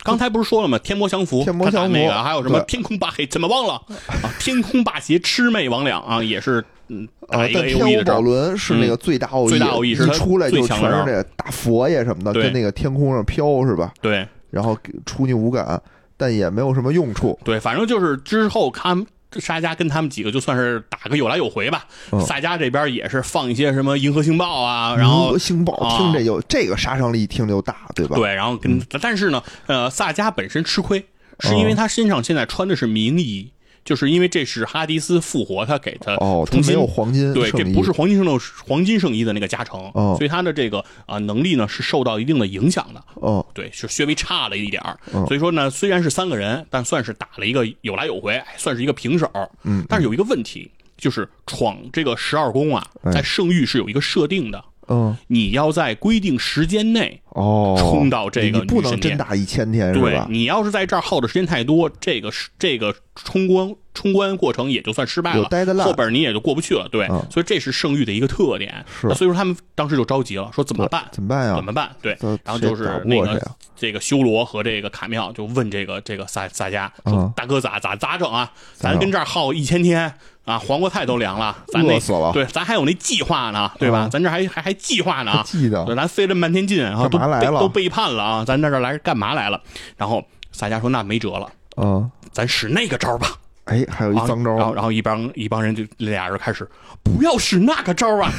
Speaker 3: 刚才不是说了吗？天魔降服，
Speaker 2: 天魔
Speaker 3: 他打
Speaker 2: 降服
Speaker 3: 那个还有什么
Speaker 2: 对
Speaker 3: 天空霸黑，怎么忘了啊？天空霸邪魑魅魍魉啊，也是嗯
Speaker 2: 啊
Speaker 3: 打，一个
Speaker 2: 但
Speaker 3: A
Speaker 2: 天
Speaker 3: O E 的
Speaker 2: 无
Speaker 3: 招
Speaker 2: 宝
Speaker 3: 儿。
Speaker 2: 轮是那个最大奥义，
Speaker 3: 最大奥义是
Speaker 2: 一
Speaker 3: 它
Speaker 2: 出来
Speaker 3: 最
Speaker 2: 就全
Speaker 3: 强的
Speaker 2: 是
Speaker 3: 招
Speaker 2: 这大佛爷什么的，
Speaker 3: 对
Speaker 2: 跟那个天空上飘是吧？
Speaker 3: 对
Speaker 2: 然后给出你五感，但也没有什么用处。
Speaker 3: 对，反正就是之后他们沙加跟他们几个就算是打个有来有回吧。
Speaker 2: 嗯
Speaker 3: 萨迦这边也是放一些什么银河星爆啊，然后
Speaker 2: 如星
Speaker 3: 啊
Speaker 2: 宝听着就这个杀伤力一听就大，对吧？嗯
Speaker 3: 对，然后跟、但是呢，呃，萨迦本身吃亏，
Speaker 2: 哦
Speaker 3: 是因为他身上现在穿的是名衣，就是因为这是哈迪斯复活他给他
Speaker 2: 哦，他
Speaker 3: 重
Speaker 2: 没
Speaker 3: 新、
Speaker 2: 有黄金
Speaker 3: 对，
Speaker 2: 圣
Speaker 3: 这
Speaker 2: 衣
Speaker 3: 不是黄金圣斗士黄金圣衣的那个加成，
Speaker 2: 哦
Speaker 3: 所以他的这个啊、能力呢是受到一定的影响的。
Speaker 2: 哦，
Speaker 3: 对，是稍微差了一点儿，
Speaker 2: 嗯
Speaker 3: 所以说呢，虽然是三个人，但算是打了一个有来有回，哎算是一个平手。
Speaker 2: 嗯，
Speaker 3: 但是有一个问题，就是闯这个十二宫啊，
Speaker 2: 哎
Speaker 3: 在圣域是有一个设定的，
Speaker 2: 嗯
Speaker 3: 你要在规定时间内
Speaker 2: 哦，
Speaker 3: 冲到这个
Speaker 2: 你不
Speaker 3: 女
Speaker 2: 能
Speaker 3: 神
Speaker 2: 真
Speaker 3: 殿
Speaker 2: 打一千天是
Speaker 3: 对
Speaker 2: 吧？
Speaker 3: 你要是在这儿耗的时间太多，这个是这个冲关冲关过程也就算失败
Speaker 2: 有
Speaker 3: 了，
Speaker 2: deadline
Speaker 3: 后边你也就过不去了。对，
Speaker 2: 嗯
Speaker 3: 所以这是圣域的一个特点。
Speaker 2: 是
Speaker 3: 那所以说他们当时就着急了，说怎么办？
Speaker 2: 怎么办呀
Speaker 3: 怎？么办？对
Speaker 2: 这，
Speaker 3: 然后就
Speaker 2: 谁
Speaker 3: 是
Speaker 2: 打不
Speaker 3: 那
Speaker 2: 过谁
Speaker 3: 个
Speaker 2: 啊
Speaker 3: 这个修罗和这个卡妙就问这个这个萨萨迦说：“
Speaker 2: 嗯
Speaker 3: 大哥咋咋咋整啊？咱
Speaker 2: 咋整
Speaker 3: 跟这儿耗一千天啊，黄瓜菜都凉了，咱那
Speaker 2: 饿死了
Speaker 3: 对，咱还有那计划呢，对吧？
Speaker 2: 嗯
Speaker 3: 咱这还还还计划呢
Speaker 2: 还
Speaker 3: 啊，
Speaker 2: 记得
Speaker 3: 对，咱费这么半天劲，啊然后都
Speaker 2: 干嘛来
Speaker 3: 背
Speaker 2: 了
Speaker 3: 都背叛了啊！咱在这儿来干嘛来了？然后萨迦说：“那没辙了，
Speaker 2: 嗯，
Speaker 3: 咱使那个招儿吧。
Speaker 2: 哎，还有一
Speaker 3: 然后”
Speaker 2: 脏招
Speaker 3: 啊然后
Speaker 2: 儿，
Speaker 3: 然后一帮一帮人就俩人开始不要使那个招儿啊！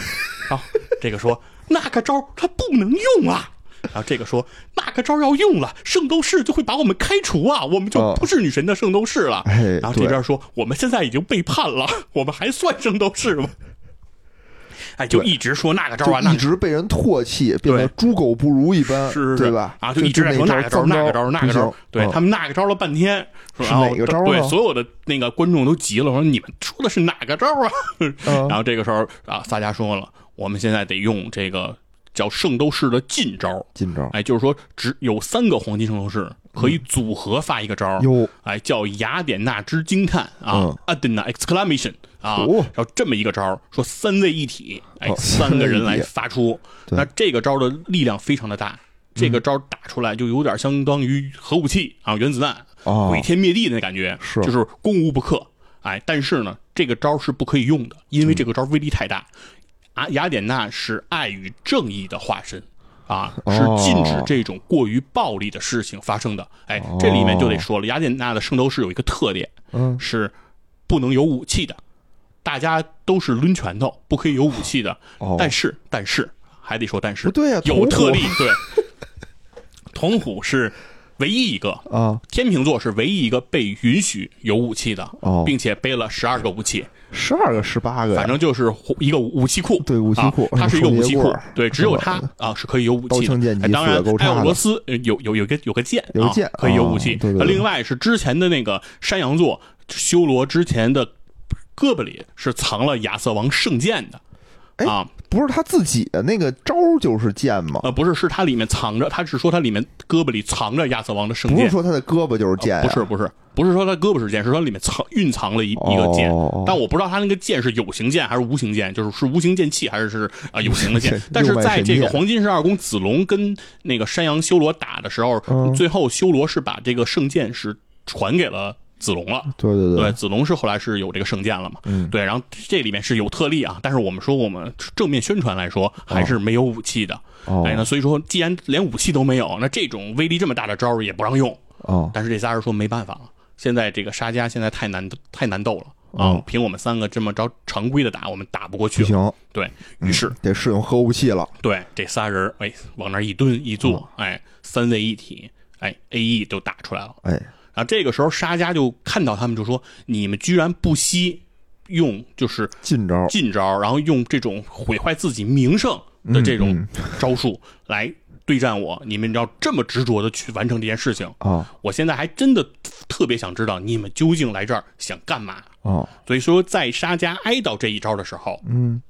Speaker 3: 然后这个说那个招儿它不能用啊。然后这个说那个招儿要用了，圣斗士就会把我们开除啊，我们就
Speaker 2: 哦
Speaker 3: 不是女神的圣斗士了。
Speaker 2: 哎
Speaker 3: 然后这
Speaker 2: 对
Speaker 3: 边说我们现在已经背叛了，我们还算圣斗士吗？哎，就
Speaker 2: 对
Speaker 3: 一直说那个招儿啊，
Speaker 2: 就
Speaker 3: 那
Speaker 2: 一
Speaker 3: 个
Speaker 2: 直被人唾弃，变得猪狗不如一般，
Speaker 3: 是
Speaker 2: 对吧？
Speaker 3: 啊，就一直在说那个招儿
Speaker 2: 脏
Speaker 3: 那个招儿那个招
Speaker 2: 招
Speaker 3: 儿
Speaker 2: 儿，，
Speaker 3: 对
Speaker 2: 嗯
Speaker 3: 他们那个招儿了半天，说
Speaker 2: 是
Speaker 3: 然后
Speaker 2: 哪个招儿
Speaker 3: 对
Speaker 2: 啊
Speaker 3: 所有的那个观众都急了，说你们说的是哪个招儿啊？
Speaker 2: 嗯
Speaker 3: 然后这个时候啊，萨迦说了，我们现在得用这个叫圣斗士的禁招儿，
Speaker 2: 进招儿
Speaker 3: 哎，就是说只有三个黄金圣斗士可以组合发一个招儿，
Speaker 2: 哟，
Speaker 3: 哎，叫雅典娜之惊叹啊
Speaker 2: 嗯
Speaker 3: ，Adena exclamation 啊
Speaker 2: 哦，
Speaker 3: 然后这么一个招儿，说三位一体，哎
Speaker 2: 哦，
Speaker 3: 三个人来发出，
Speaker 2: 对嗯
Speaker 3: 那这个招儿的力量非常的大，这个招儿打出来就有点相当于核武器啊，原子弹，
Speaker 2: 哦
Speaker 3: 毁天灭地的那感觉，
Speaker 2: 是
Speaker 3: 就是攻无不克，哎，但是呢，这个招儿是不可以用的，因为这个招儿威力太大，啊，雅典娜是爱与正义的化身。啊，是禁止
Speaker 2: 哦
Speaker 3: 这种过于暴力的事情发生的。哎，这里面就得说了，雅典娜的圣斗士有一个特点
Speaker 2: 嗯，
Speaker 3: 是不能有武器的，大家都是抡拳头，不可以有武器的。
Speaker 2: 哦
Speaker 3: 但是，但是还得说，但是
Speaker 2: 不对呀
Speaker 3: 有
Speaker 2: 童
Speaker 3: 特
Speaker 2: 虎
Speaker 3: 例，对，童虎是唯一一个。
Speaker 2: 啊，
Speaker 3: 天秤座是唯一一个被允许有武器的，
Speaker 2: 哦
Speaker 3: 并且背了十二个武器，
Speaker 2: 十二个十八个呀，
Speaker 3: 反正就是一个武器库，
Speaker 2: 对武器库
Speaker 3: 啊它是一个武器
Speaker 2: 手
Speaker 3: 库
Speaker 2: 捏棍儿，嗯
Speaker 3: 对，只有它啊是可以有武
Speaker 2: 刀
Speaker 3: 器
Speaker 2: 枪
Speaker 3: 的
Speaker 2: 剑。戟
Speaker 3: 哎当然
Speaker 2: 斧钺钩，
Speaker 3: 爱
Speaker 2: 叉
Speaker 3: 俄
Speaker 2: 的
Speaker 3: 罗斯呃有有有一个有个剑，
Speaker 2: 有个
Speaker 3: 啊
Speaker 2: 剑
Speaker 3: 可以有
Speaker 2: 哦
Speaker 3: 武器。
Speaker 2: 对对
Speaker 3: 啊
Speaker 2: 对
Speaker 3: 另外是之前的那个山羊座修罗之前的胳膊里是藏了亚瑟王圣剑的。
Speaker 2: 哎
Speaker 3: 啊，
Speaker 2: 不是他自己的那个招儿就是剑吗？
Speaker 3: 呃，不是，是它里面藏着，他是说它里面胳膊里藏着亚瑟王的圣
Speaker 2: 不是
Speaker 3: 剑，
Speaker 2: 说他的胳膊就是哎剑呀，
Speaker 3: 哦不是不是不是说他胳膊是剑，是说里面藏蕴藏了一、一个剑
Speaker 2: 哦哦哦，
Speaker 3: 但我不知道他那个剑是有形剑还是无形剑，就是是无形剑气还是是啊、有形的 剑
Speaker 2: 这。
Speaker 3: 但是
Speaker 2: 六脉
Speaker 3: 在
Speaker 2: 神
Speaker 3: 这个
Speaker 2: 剑
Speaker 3: 黄金十二宫子龙跟那个山羊修罗打的时候，
Speaker 2: 嗯
Speaker 3: 最后修罗是把这个圣剑是传给了子龙了。
Speaker 2: 对对
Speaker 3: 对，，子龙是后来是有这个圣剑了嘛？
Speaker 2: 嗯
Speaker 3: 对，然后这里面是有特例啊，但是我们说我们正面宣传来说还是没有武器的。
Speaker 2: 哦
Speaker 3: 哎，那所以说，既然连武器都没有，那这种威力这么大的招儿也不让用。
Speaker 2: 哦，
Speaker 3: 但是这仨人说没办法了，现在这个沙加现在太难太难斗了啊、
Speaker 2: 哦
Speaker 3: 凭我们三个这么着常规的打，我们打不过去
Speaker 2: 不
Speaker 3: 了。
Speaker 2: 行，嗯
Speaker 3: 对于是，
Speaker 2: 得使用核武器了。
Speaker 3: 对这仨人哎往那儿一蹲一坐，
Speaker 2: 哦
Speaker 3: 哎三位一体，哎 A E 就打出来了。
Speaker 2: 哎，
Speaker 3: 然后这个时候沙加就看到他们就说：“你们居然不惜用就是
Speaker 2: 进招儿
Speaker 3: 近招，然后用这种毁坏自己名声的这
Speaker 2: 嗯
Speaker 3: 种招数来对战我，你们要这么执着的去完成这件事情。”
Speaker 2: 啊
Speaker 3: 我现在还真的特别想知道你们究竟来这儿想干嘛。
Speaker 2: 啊，
Speaker 3: 所以说，在沙加挨到这一招的时候，
Speaker 2: 嗯，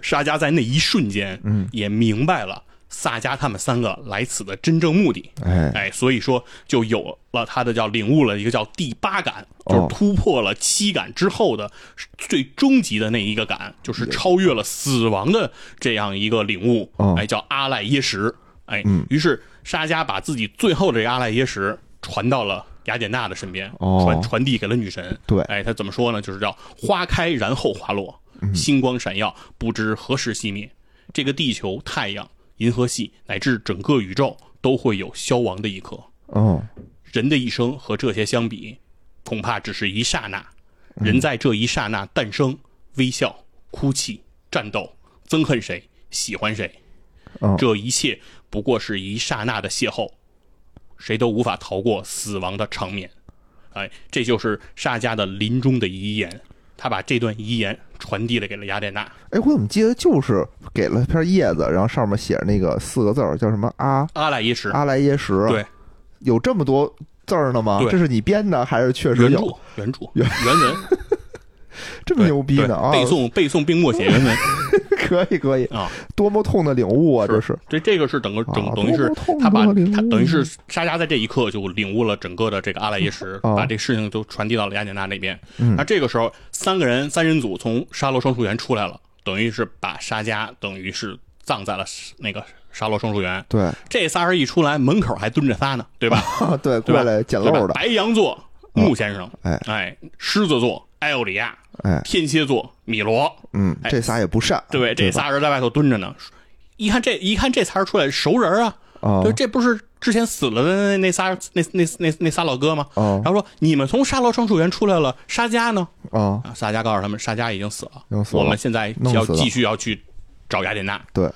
Speaker 3: 沙加在那一瞬间，
Speaker 2: 嗯，
Speaker 3: 也明白了萨迦他们三个来此的真正目的。
Speaker 2: 哎，
Speaker 3: 哎，所以说就有了他的叫领悟了一个叫第八感，就是
Speaker 2: 哦
Speaker 3: 突破了七感之后的最终极的那一个感，就是超越了死亡的这样一个领悟
Speaker 2: 哦。嗯
Speaker 3: 哎，叫阿赖耶识。哎，于是沙迦把自己最后的这个阿赖耶识传到了雅典娜的身边，
Speaker 2: 哦
Speaker 3: 传传递给了女神。
Speaker 2: 对
Speaker 3: 哎，他怎么说呢？就是叫花开然后花落，星光闪耀，不知何时熄灭。这个地球、太阳、银河系乃至整个宇宙都会有消亡的一刻。
Speaker 2: 哦，
Speaker 3: 人的一生和这些相比，恐怕只是一刹那。人在这一刹那诞生，微笑、哭泣、战斗、憎恨谁、喜欢谁，
Speaker 2: 哦
Speaker 3: 这一切不过是一刹那的邂逅，谁都无法逃过死亡的场面。哎，这就是沙迦的临终的遗言，他把这段遗言传递了给了雅典娜。
Speaker 2: 哎，我怎么记得就是给了片叶子，然后上面写着那个四个字儿叫什么阿
Speaker 3: 阿赖耶识，
Speaker 2: 阿莱耶什？
Speaker 3: 对，
Speaker 2: 有这么多字儿呢吗？
Speaker 3: 对
Speaker 2: 这是你编的还是确实
Speaker 3: 原
Speaker 2: 有
Speaker 3: 著？原著原文，
Speaker 2: 这么
Speaker 3: 对
Speaker 2: 牛逼
Speaker 3: 对
Speaker 2: 呢啊！
Speaker 3: 背诵背诵并默写原文
Speaker 2: 可以可以，
Speaker 3: 啊。
Speaker 2: 多么痛的领悟啊！这是
Speaker 3: 这这个是整个整
Speaker 2: 啊
Speaker 3: 等于是
Speaker 2: 多么痛
Speaker 3: 他把
Speaker 2: 多么领悟
Speaker 3: 他等于是沙加在这一刻就领悟了整个的这个阿赖耶识，
Speaker 2: 啊嗯
Speaker 3: 把这事情都传递到了雅典娜那边。那这个时候，三个人三人组从沙罗双树园出来了，等于是把沙加等于是葬在了那个沙罗双树园。
Speaker 2: 对啊
Speaker 3: 这仨人一出来，门口还蹲着仨呢，对 吧？
Speaker 2: 对，
Speaker 3: 对吧
Speaker 2: 过来捡
Speaker 3: 对吧
Speaker 2: 漏的，啊
Speaker 3: 白羊座穆先生，
Speaker 2: 哎
Speaker 3: 哎，狮子座艾欧里亚，
Speaker 2: 哎，
Speaker 3: 天蝎座米罗，
Speaker 2: 嗯，
Speaker 3: 哎
Speaker 2: 这仨也不善，
Speaker 3: 对不对？这
Speaker 2: 吧
Speaker 3: 仨人在外头蹲着呢，一看这一看这仨人出来熟人啊，
Speaker 2: 哦
Speaker 3: 就这不是之前死了的那那仨那那那那仨老哥吗？
Speaker 2: 哦
Speaker 3: 然后说你们从沙罗双树园出来了，沙迦呢？
Speaker 2: 哦，
Speaker 3: 啊，沙迦告诉他们，沙迦已经死了，
Speaker 2: 已经死了
Speaker 3: 我们现在
Speaker 2: 弄
Speaker 3: 要
Speaker 2: 死了
Speaker 3: 继续要去找雅典娜。
Speaker 2: 对，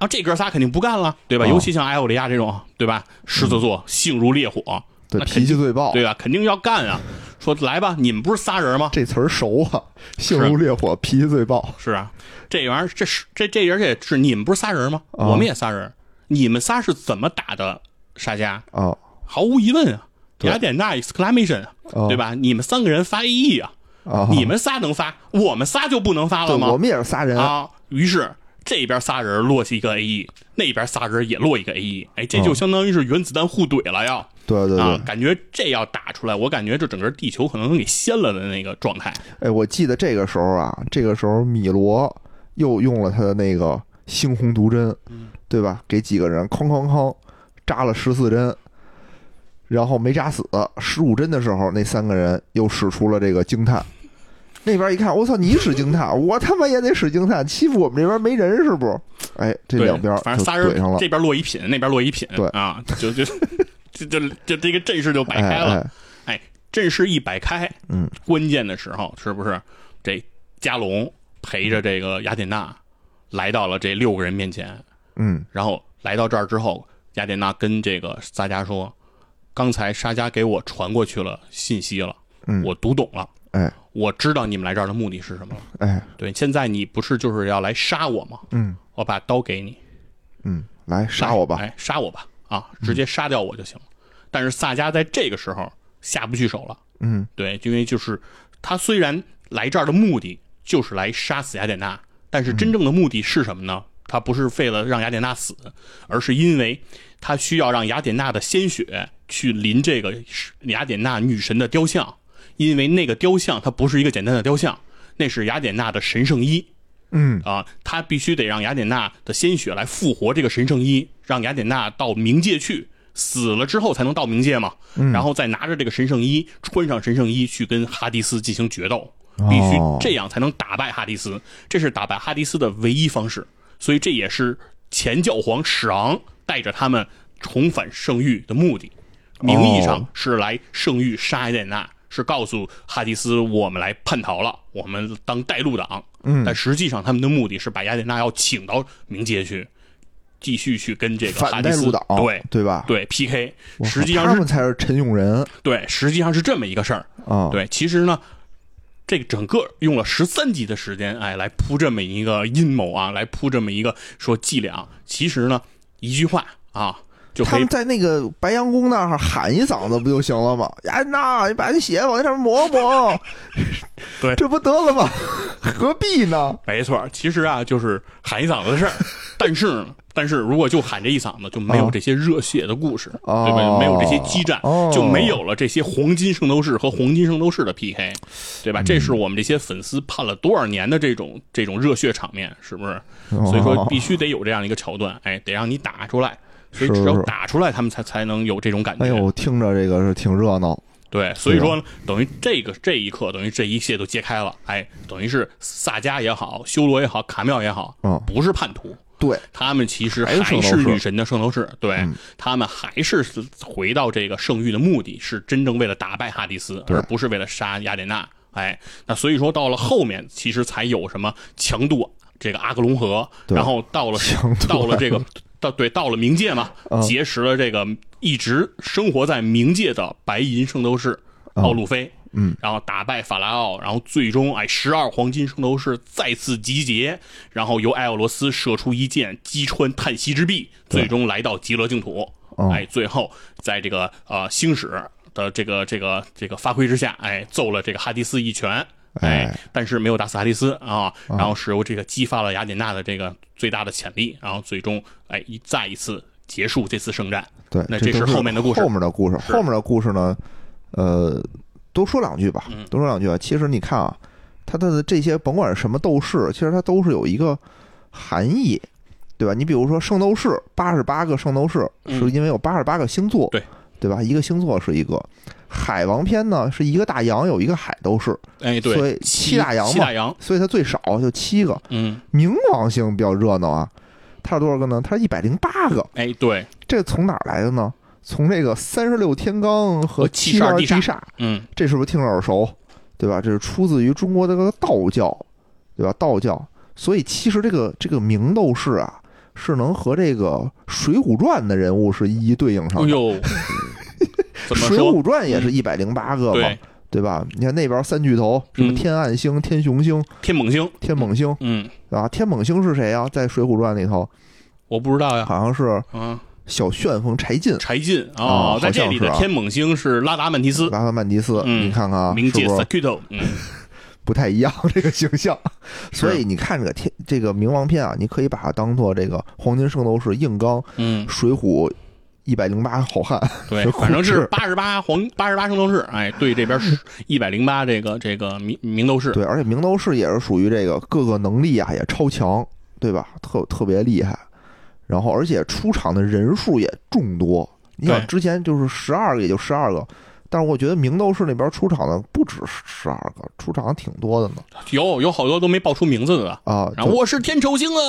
Speaker 3: 啊，这哥仨肯定不干了，对吧？
Speaker 2: 哦嗯
Speaker 3: 尤其像埃欧利亚这种，对吧？狮子座性如烈火，
Speaker 2: 对，
Speaker 3: 那肯
Speaker 2: 脾气最暴，
Speaker 3: 对吧？肯定要干啊！说来吧，你们不是仨人吗？
Speaker 2: 这词儿熟啊，性如烈火，脾气最暴，
Speaker 3: 是啊，这玩意儿，这是这这，而且是你们不是仨人吗？
Speaker 2: 啊
Speaker 3: 我们也仨人，你们仨是怎么打的沙加？
Speaker 2: 哦
Speaker 3: 毫无疑问啊，
Speaker 2: 对
Speaker 3: 雅典娜 exclamation，啊、
Speaker 2: 哦
Speaker 3: 对吧？你们三个人发 AE 啊，
Speaker 2: 哦，
Speaker 3: 你们仨能发，我们仨就不能发
Speaker 2: 对，
Speaker 3: 了
Speaker 2: 我
Speaker 3: 吗？
Speaker 2: 们也是仨人，
Speaker 3: 啊，于是这边仨人落下一个 AE，那边仨人也落一个 AE，哎，这就相当于是原子弹互怼了呀。
Speaker 2: 哦对对
Speaker 3: 啊
Speaker 2: 对，，
Speaker 3: 感觉这要打出来，我感觉这整个地球可能给掀了的那个状态。
Speaker 2: 哎，我记得这个时候啊，这个时候米罗又用了他的那个星红毒针，
Speaker 3: 嗯
Speaker 2: 对吧？给几个人哐哐哐扎了十四针，然后没扎死。十五针的时候，那三个人又使出了这个惊叹。那边一看，我操，你使惊叹，我他妈也得使惊叹，欺负我们这边没人是不？哎，这
Speaker 3: 对，
Speaker 2: 两边
Speaker 3: 反正
Speaker 2: 就
Speaker 3: 仨
Speaker 2: 怼
Speaker 3: 人
Speaker 2: 上了，
Speaker 3: 这边落一品，那边落一品，
Speaker 2: 对
Speaker 3: 啊，就 就就就就这个阵势就摆
Speaker 2: 哎
Speaker 3: 开了。
Speaker 2: 哎，
Speaker 3: 哎，阵势一摆开，
Speaker 2: 嗯，
Speaker 3: 关键的时候是不是这加隆陪着这个雅典娜来到了这六个人面前，
Speaker 2: 嗯，
Speaker 3: 然后来到这儿之后，雅典娜跟这个萨迦说：“刚才沙迦给我传过去了信息了，
Speaker 2: 嗯
Speaker 3: 我读懂了，
Speaker 2: 哎
Speaker 3: 我知道你们来这儿的目的是什么了。
Speaker 2: 哎，
Speaker 3: 对，现在你不是就是要来杀我吗？
Speaker 2: 嗯
Speaker 3: 我把刀给你，
Speaker 2: 嗯，来杀我吧，
Speaker 3: 哎，杀我吧！啊，直接杀掉我就行了。但是萨迦在这个时候下不去手了。
Speaker 2: 嗯，
Speaker 3: 对，因为就是他虽然来这儿的目的就是来杀死雅典娜，但是真正的目的是什么呢？他不是为了让雅典娜死，而是因为他需要让雅典娜的鲜血去淋这个雅典娜女神的雕像，因为那个雕像它不是一个简单的雕像，那是雅典娜的神圣衣。
Speaker 2: 嗯
Speaker 3: 啊，他必须得让雅典娜的鲜血来复活这个神圣衣，让雅典娜到冥界去，死了之后才能到冥界嘛。
Speaker 2: 嗯
Speaker 3: 然后再拿着这个神圣衣，穿上神圣衣去跟哈迪斯进行决斗，必须
Speaker 2: 哦
Speaker 3: 这样才能打败哈迪斯，这是打败哈迪斯的唯一方式。所以这也是前教皇史昂带着他们重返圣域的目的。
Speaker 2: 哦
Speaker 3: 名义上是来圣域杀雅典娜，是告诉哈迪斯我们来叛逃了，我们当带路党。嗯，但实际上他们的目的是把雅典娜要请到冥界去，继续去跟这个哈
Speaker 2: 反
Speaker 3: 迪
Speaker 2: 带
Speaker 3: 斯
Speaker 2: 路党，
Speaker 3: 对
Speaker 2: 对吧？
Speaker 3: 对 PK。
Speaker 2: 我靠，
Speaker 3: 实际
Speaker 2: 他
Speaker 3: 上是
Speaker 2: 们才是陈永仁
Speaker 3: 对，实际上是这么一个事儿。
Speaker 2: 啊，
Speaker 3: 对，其实呢，这个整个用了十三集的时间，哎，来铺这么一个阴谋啊，来铺这么一个说伎俩。其实呢，一句话啊，就
Speaker 2: 他
Speaker 3: 可以
Speaker 2: 们在那个白羊宫那儿喊一嗓子不就行了吗？呀，那你把那血往那上面抹抹，
Speaker 3: 对
Speaker 2: 这不得了吗？ 何必呢？
Speaker 3: 没错儿，其实啊，就是喊一嗓子的事 儿。但是呢，但是如果就喊这一嗓子，就没有
Speaker 2: 啊
Speaker 3: 这些热血的故事，
Speaker 2: 哦
Speaker 3: 对吧？没有这些激战，
Speaker 2: 哦
Speaker 3: 就没有了这些黄金圣斗士和黄金圣斗士的 PK，对吧？这是
Speaker 2: 嗯
Speaker 3: 我们这些粉丝盼了多少年的这种这种热血场面，是不是？所以
Speaker 2: 哦
Speaker 3: 说必须得有这样一个桥段，哎，得让你打出来。所以
Speaker 2: 是
Speaker 3: 只要
Speaker 2: 是
Speaker 3: 打出来，他们才才能有这种感觉。
Speaker 2: 哎呦，听着这个是挺热闹，
Speaker 3: 对，所以说呢，等于这个这一刻，等于这一切都揭开了。哎，等于是萨迦也好，修罗也好，卡妙也好，
Speaker 2: 嗯
Speaker 3: 不是叛徒，
Speaker 2: 对，
Speaker 3: 他们其实
Speaker 2: 还是
Speaker 3: 还
Speaker 2: 圣斗士嗯
Speaker 3: 是女神的圣斗士。对、他们还是回到这个圣域的目的是真正为了打败哈迪斯，而不是为了杀雅典娜。哎，那所以说到了后面，其实才有什么强度这个阿克隆河，
Speaker 2: 对
Speaker 3: 然后到了
Speaker 2: 强度
Speaker 3: 到了这 个到对到了冥界嘛，结识了这个一直生活在冥界的白银圣斗士奥路菲，嗯，然后打败法拉奥，然后最终哎十二黄金圣斗士再次集结，然后由艾奥罗斯射出一箭击穿叹息之壁，最终来到极乐净土，
Speaker 2: 嗯
Speaker 3: 哎，最后在这个呃星矢的这个这个这个发挥之下，哎，揍了这个哈迪斯一拳。哎
Speaker 2: 哎，
Speaker 3: 但是没有打死哈迪斯啊，然后使由这个激发了雅典娜的这个最大的潜力，然后最终哎一再一次结束这次圣战。
Speaker 2: 对，
Speaker 3: 那
Speaker 2: 这
Speaker 3: 这
Speaker 2: 都
Speaker 3: 是后面的故事
Speaker 2: 后面的故事，后面的故事呢，呃，多说两句吧，
Speaker 3: 嗯
Speaker 2: 多说两句啊。其实你看啊，它的这些甭管是什么斗士，其实它都是有一个含义，对吧？你比如说圣斗士，八十八个圣斗士
Speaker 3: 嗯
Speaker 2: 是因为有八十八个星座，
Speaker 3: 对
Speaker 2: 对吧？一个星座是一个。海王篇呢是一个大洋有一个海斗士，
Speaker 3: 哎，对，
Speaker 2: 所以
Speaker 3: 七
Speaker 2: 七大洋嘛
Speaker 3: 七大洋，
Speaker 2: 所以它最少就七个。
Speaker 3: 嗯，
Speaker 2: 冥王星比较热闹啊，它是多少个呢？它是一百零八个。
Speaker 3: 哎，对，
Speaker 2: 这从哪儿来的呢？从这个三十六天罡和
Speaker 3: 和哦七
Speaker 2: 七
Speaker 3: 十
Speaker 2: 十
Speaker 3: 二
Speaker 2: 二
Speaker 3: 地
Speaker 2: 地
Speaker 3: 煞
Speaker 2: 煞，
Speaker 3: 嗯，
Speaker 2: 这是不是听着耳熟？对吧？这是出自于中国的个道教，对吧？道教，所以其实这个这个明斗士啊，是能和这个《水浒传》的人物是一一对应上
Speaker 3: 哎
Speaker 2: 的。
Speaker 3: 呦，怎么
Speaker 2: 水
Speaker 3: 说？嗯
Speaker 2: 浒传》也是一百零八个嘛，
Speaker 3: 对，
Speaker 2: 对吧？你看那边三巨头，什么
Speaker 3: 嗯
Speaker 2: 天暗星、天雄星、
Speaker 3: 天猛星，
Speaker 2: 天猛星
Speaker 3: 嗯，
Speaker 2: 啊？天猛星是谁啊？在《水浒传》里头，
Speaker 3: 我不知道呀，
Speaker 2: 好像是
Speaker 3: 嗯，
Speaker 2: 小旋风柴进、
Speaker 3: 柴进
Speaker 2: 啊
Speaker 3: 哦
Speaker 2: 好
Speaker 3: 在这
Speaker 2: 像
Speaker 3: 里
Speaker 2: 是
Speaker 3: 的
Speaker 2: 啊
Speaker 3: 天猛星是拉达曼提斯，
Speaker 2: 拉德曼迪斯，
Speaker 3: 嗯
Speaker 2: 你看看啊，
Speaker 3: 冥
Speaker 2: 是
Speaker 3: 界
Speaker 2: 不是
Speaker 3: Sakuto，嗯，
Speaker 2: 不太一样这个形 象，
Speaker 3: 是
Speaker 2: 所以你看这个天这个冥王篇啊，你可以把它当做这个黄金圣斗士、硬刚、
Speaker 3: 嗯，
Speaker 2: 水浒一百零八好汉，
Speaker 3: 对
Speaker 2: 是，
Speaker 3: 反正是
Speaker 2: 是
Speaker 3: 八十八黄八十八圣斗士，哎，对这边一百零八这个这个明明斗士，
Speaker 2: 对，而且冥斗士也是属于这个各个能力啊也超强，对吧？特特别厉害，然后而且出场的人数也众多，你
Speaker 3: 对
Speaker 2: 想之前就是十二个也就十二个。但是我觉得明斗士那边出场的不止十二个，出场挺多的呢
Speaker 3: 有有好多都没报出名字的，
Speaker 2: 啊！
Speaker 3: 然后
Speaker 2: 就
Speaker 3: 我是天仇星啊，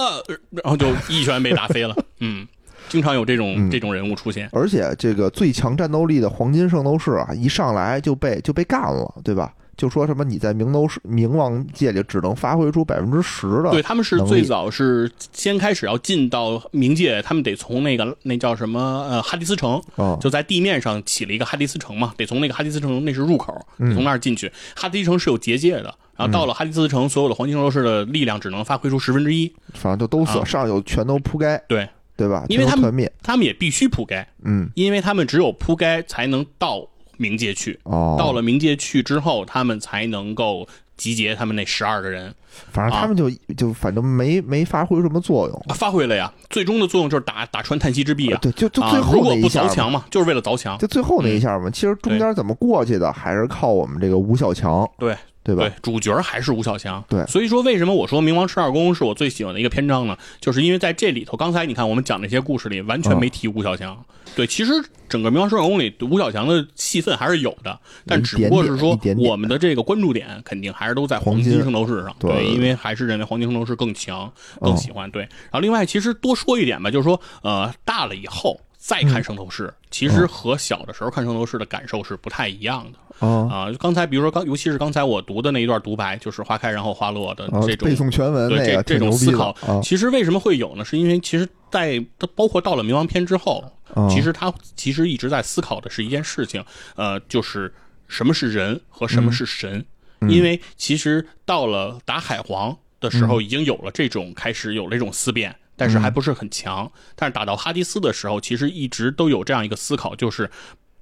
Speaker 3: 然后就一拳被打飞了，嗯，经常有这
Speaker 2: 嗯
Speaker 3: 种这种人物出现，
Speaker 2: 而且这个最强战斗力的黄金圣斗士啊，一上来就被就被干了，对吧？就说什么你在冥斗士冥王界里只能发挥出百分之十的，
Speaker 3: 对，他们是
Speaker 2: 啊能力
Speaker 3: 最早是先开始要进到冥界，他们得从那个那叫什么呃哈迪斯城，
Speaker 2: 啊、
Speaker 3: 就在地面上起了一个哈迪斯城嘛，得从那个哈迪斯城那是入口，
Speaker 2: 嗯
Speaker 3: 得从那儿进去。哈迪斯城是有结界的，然后到了哈迪斯城，所有的黄金圣斗士的力量只能发挥出十分之一，
Speaker 2: 反正就都死，
Speaker 3: 啊
Speaker 2: 上有全都扑街，
Speaker 3: 对
Speaker 2: 对吧？
Speaker 3: 因为
Speaker 2: 全
Speaker 3: 他
Speaker 2: 都
Speaker 3: 们
Speaker 2: 团灭，
Speaker 3: 他们也必须铺盖，
Speaker 2: 嗯，
Speaker 3: 因为他们只有铺盖才能到冥界去，
Speaker 2: 哦，
Speaker 3: 到，了冥界去之后，他们才能够集结他们那十二个人。
Speaker 2: 反正他们就、就反正没没发挥什么作用，
Speaker 3: 啊
Speaker 2: 呃
Speaker 3: 发挥了呀，最终的作用就是打打穿叹息之壁啊。
Speaker 2: 对，就就
Speaker 3: 啊、
Speaker 2: 最
Speaker 3: 如
Speaker 2: 后那
Speaker 3: 果
Speaker 2: 一
Speaker 3: 不嗯
Speaker 2: 下
Speaker 3: 凿
Speaker 2: 嘛，
Speaker 3: 墙嘛，就是为了凿墙。
Speaker 2: 就最后那一下嘛，其实中间怎么过去的，还是靠我们这个吴小强，
Speaker 3: 对
Speaker 2: 对吧？
Speaker 3: 对，主角还是吴小强。
Speaker 2: 对
Speaker 3: 所以说为什么我说《冥王十二宫》是我最喜欢的一个篇章呢？就是因为在这里头，刚才你看我们讲那些故事里完
Speaker 2: 嗯
Speaker 3: 全没提吴小强。对，其实整个《冥王十二宫》里吴小强的戏份还是有的，但只不过是说
Speaker 2: 一点点一点点
Speaker 3: 我们的这个关注点肯定还是都在
Speaker 2: 黄
Speaker 3: 黄金
Speaker 2: 金
Speaker 3: 圣斗士上。
Speaker 2: 对
Speaker 3: 因为还是认为黄金圣斗士更强，更
Speaker 2: 嗯
Speaker 3: 喜欢。对，然后另外其实多说一点吧，就是说呃大了以后。再
Speaker 2: 嗯
Speaker 3: 看圣斗士，其实和小的时候看圣斗士的感受是不太一样的。
Speaker 2: 啊
Speaker 3: 啊，刚才比如说刚，尤其是刚才我读的那一段独白，就是花开然后花落的
Speaker 2: 啊
Speaker 3: 这，种，
Speaker 2: 背诵全文
Speaker 3: 对
Speaker 2: 那
Speaker 3: 这
Speaker 2: 个
Speaker 3: 这
Speaker 2: 挺
Speaker 3: 种
Speaker 2: 牛
Speaker 3: 思
Speaker 2: 逼的
Speaker 3: 考，
Speaker 2: 啊，
Speaker 3: 其实为什么会有呢？是因为其实在包括到了冥王篇之后，
Speaker 2: 啊
Speaker 3: 其实他其实一直在思考的是一件事情，呃，就是什么是人和什
Speaker 2: 嗯
Speaker 3: 么是神，因为
Speaker 2: 嗯
Speaker 3: 其实到了打海皇的时候，已经有了这种开始有了这种思辨。但是还不是很强。但是打到哈迪斯的时候，其实一直都有这样一个思考，就是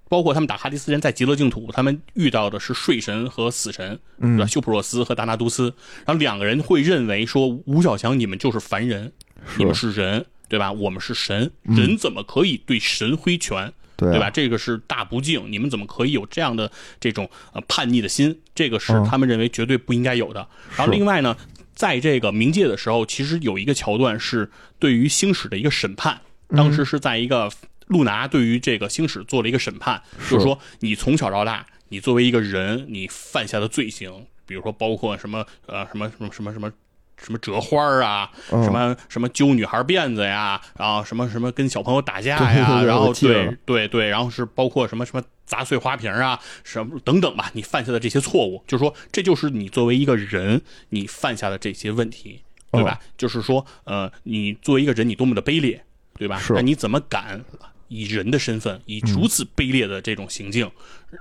Speaker 3: 包括他们打哈迪斯人在极乐净土，他们遇到的是睡神和死神，对吧？修普若斯和达纳都斯，然后两个人会认为说吴小强你们就是凡人，你们是人，对吧？我们是神，人怎么可以对神挥拳？
Speaker 2: 对啊
Speaker 3: 吧？这个是大不敬，你们怎么可以有这样的这种呃叛逆的心？这个是
Speaker 2: 嗯
Speaker 3: 他们认为绝对不应该有的。然后另外呢，在这个冥界的时候，其实有一个桥段是对于星矢的一个审判，
Speaker 2: 嗯
Speaker 3: 当时是在一个露娜对于这个星矢做了一个审判，就是说你从小到大，你作为一个人，你犯下的罪行，比如说包括什么呃什么什么什么什么。什么折花儿啊，
Speaker 2: 嗯
Speaker 3: 什么什么揪女孩辫子呀，然后什么什么跟小朋友打架
Speaker 2: 对对
Speaker 3: 呀，
Speaker 2: 对
Speaker 3: 然
Speaker 2: 我
Speaker 3: 后
Speaker 2: 记得了
Speaker 3: 对对对，然后是包括什么什么砸碎花瓶啊，什么等等吧，你犯下的这些错误，就是说这就是你作为一个人你犯下的这些问题，对
Speaker 2: 哦
Speaker 3: 吧？就是说，呃，你作为一个人，你多么的卑劣，对吧？
Speaker 2: 是嗯
Speaker 3: 那你怎么敢以人的身份，以如此卑劣的这种行径，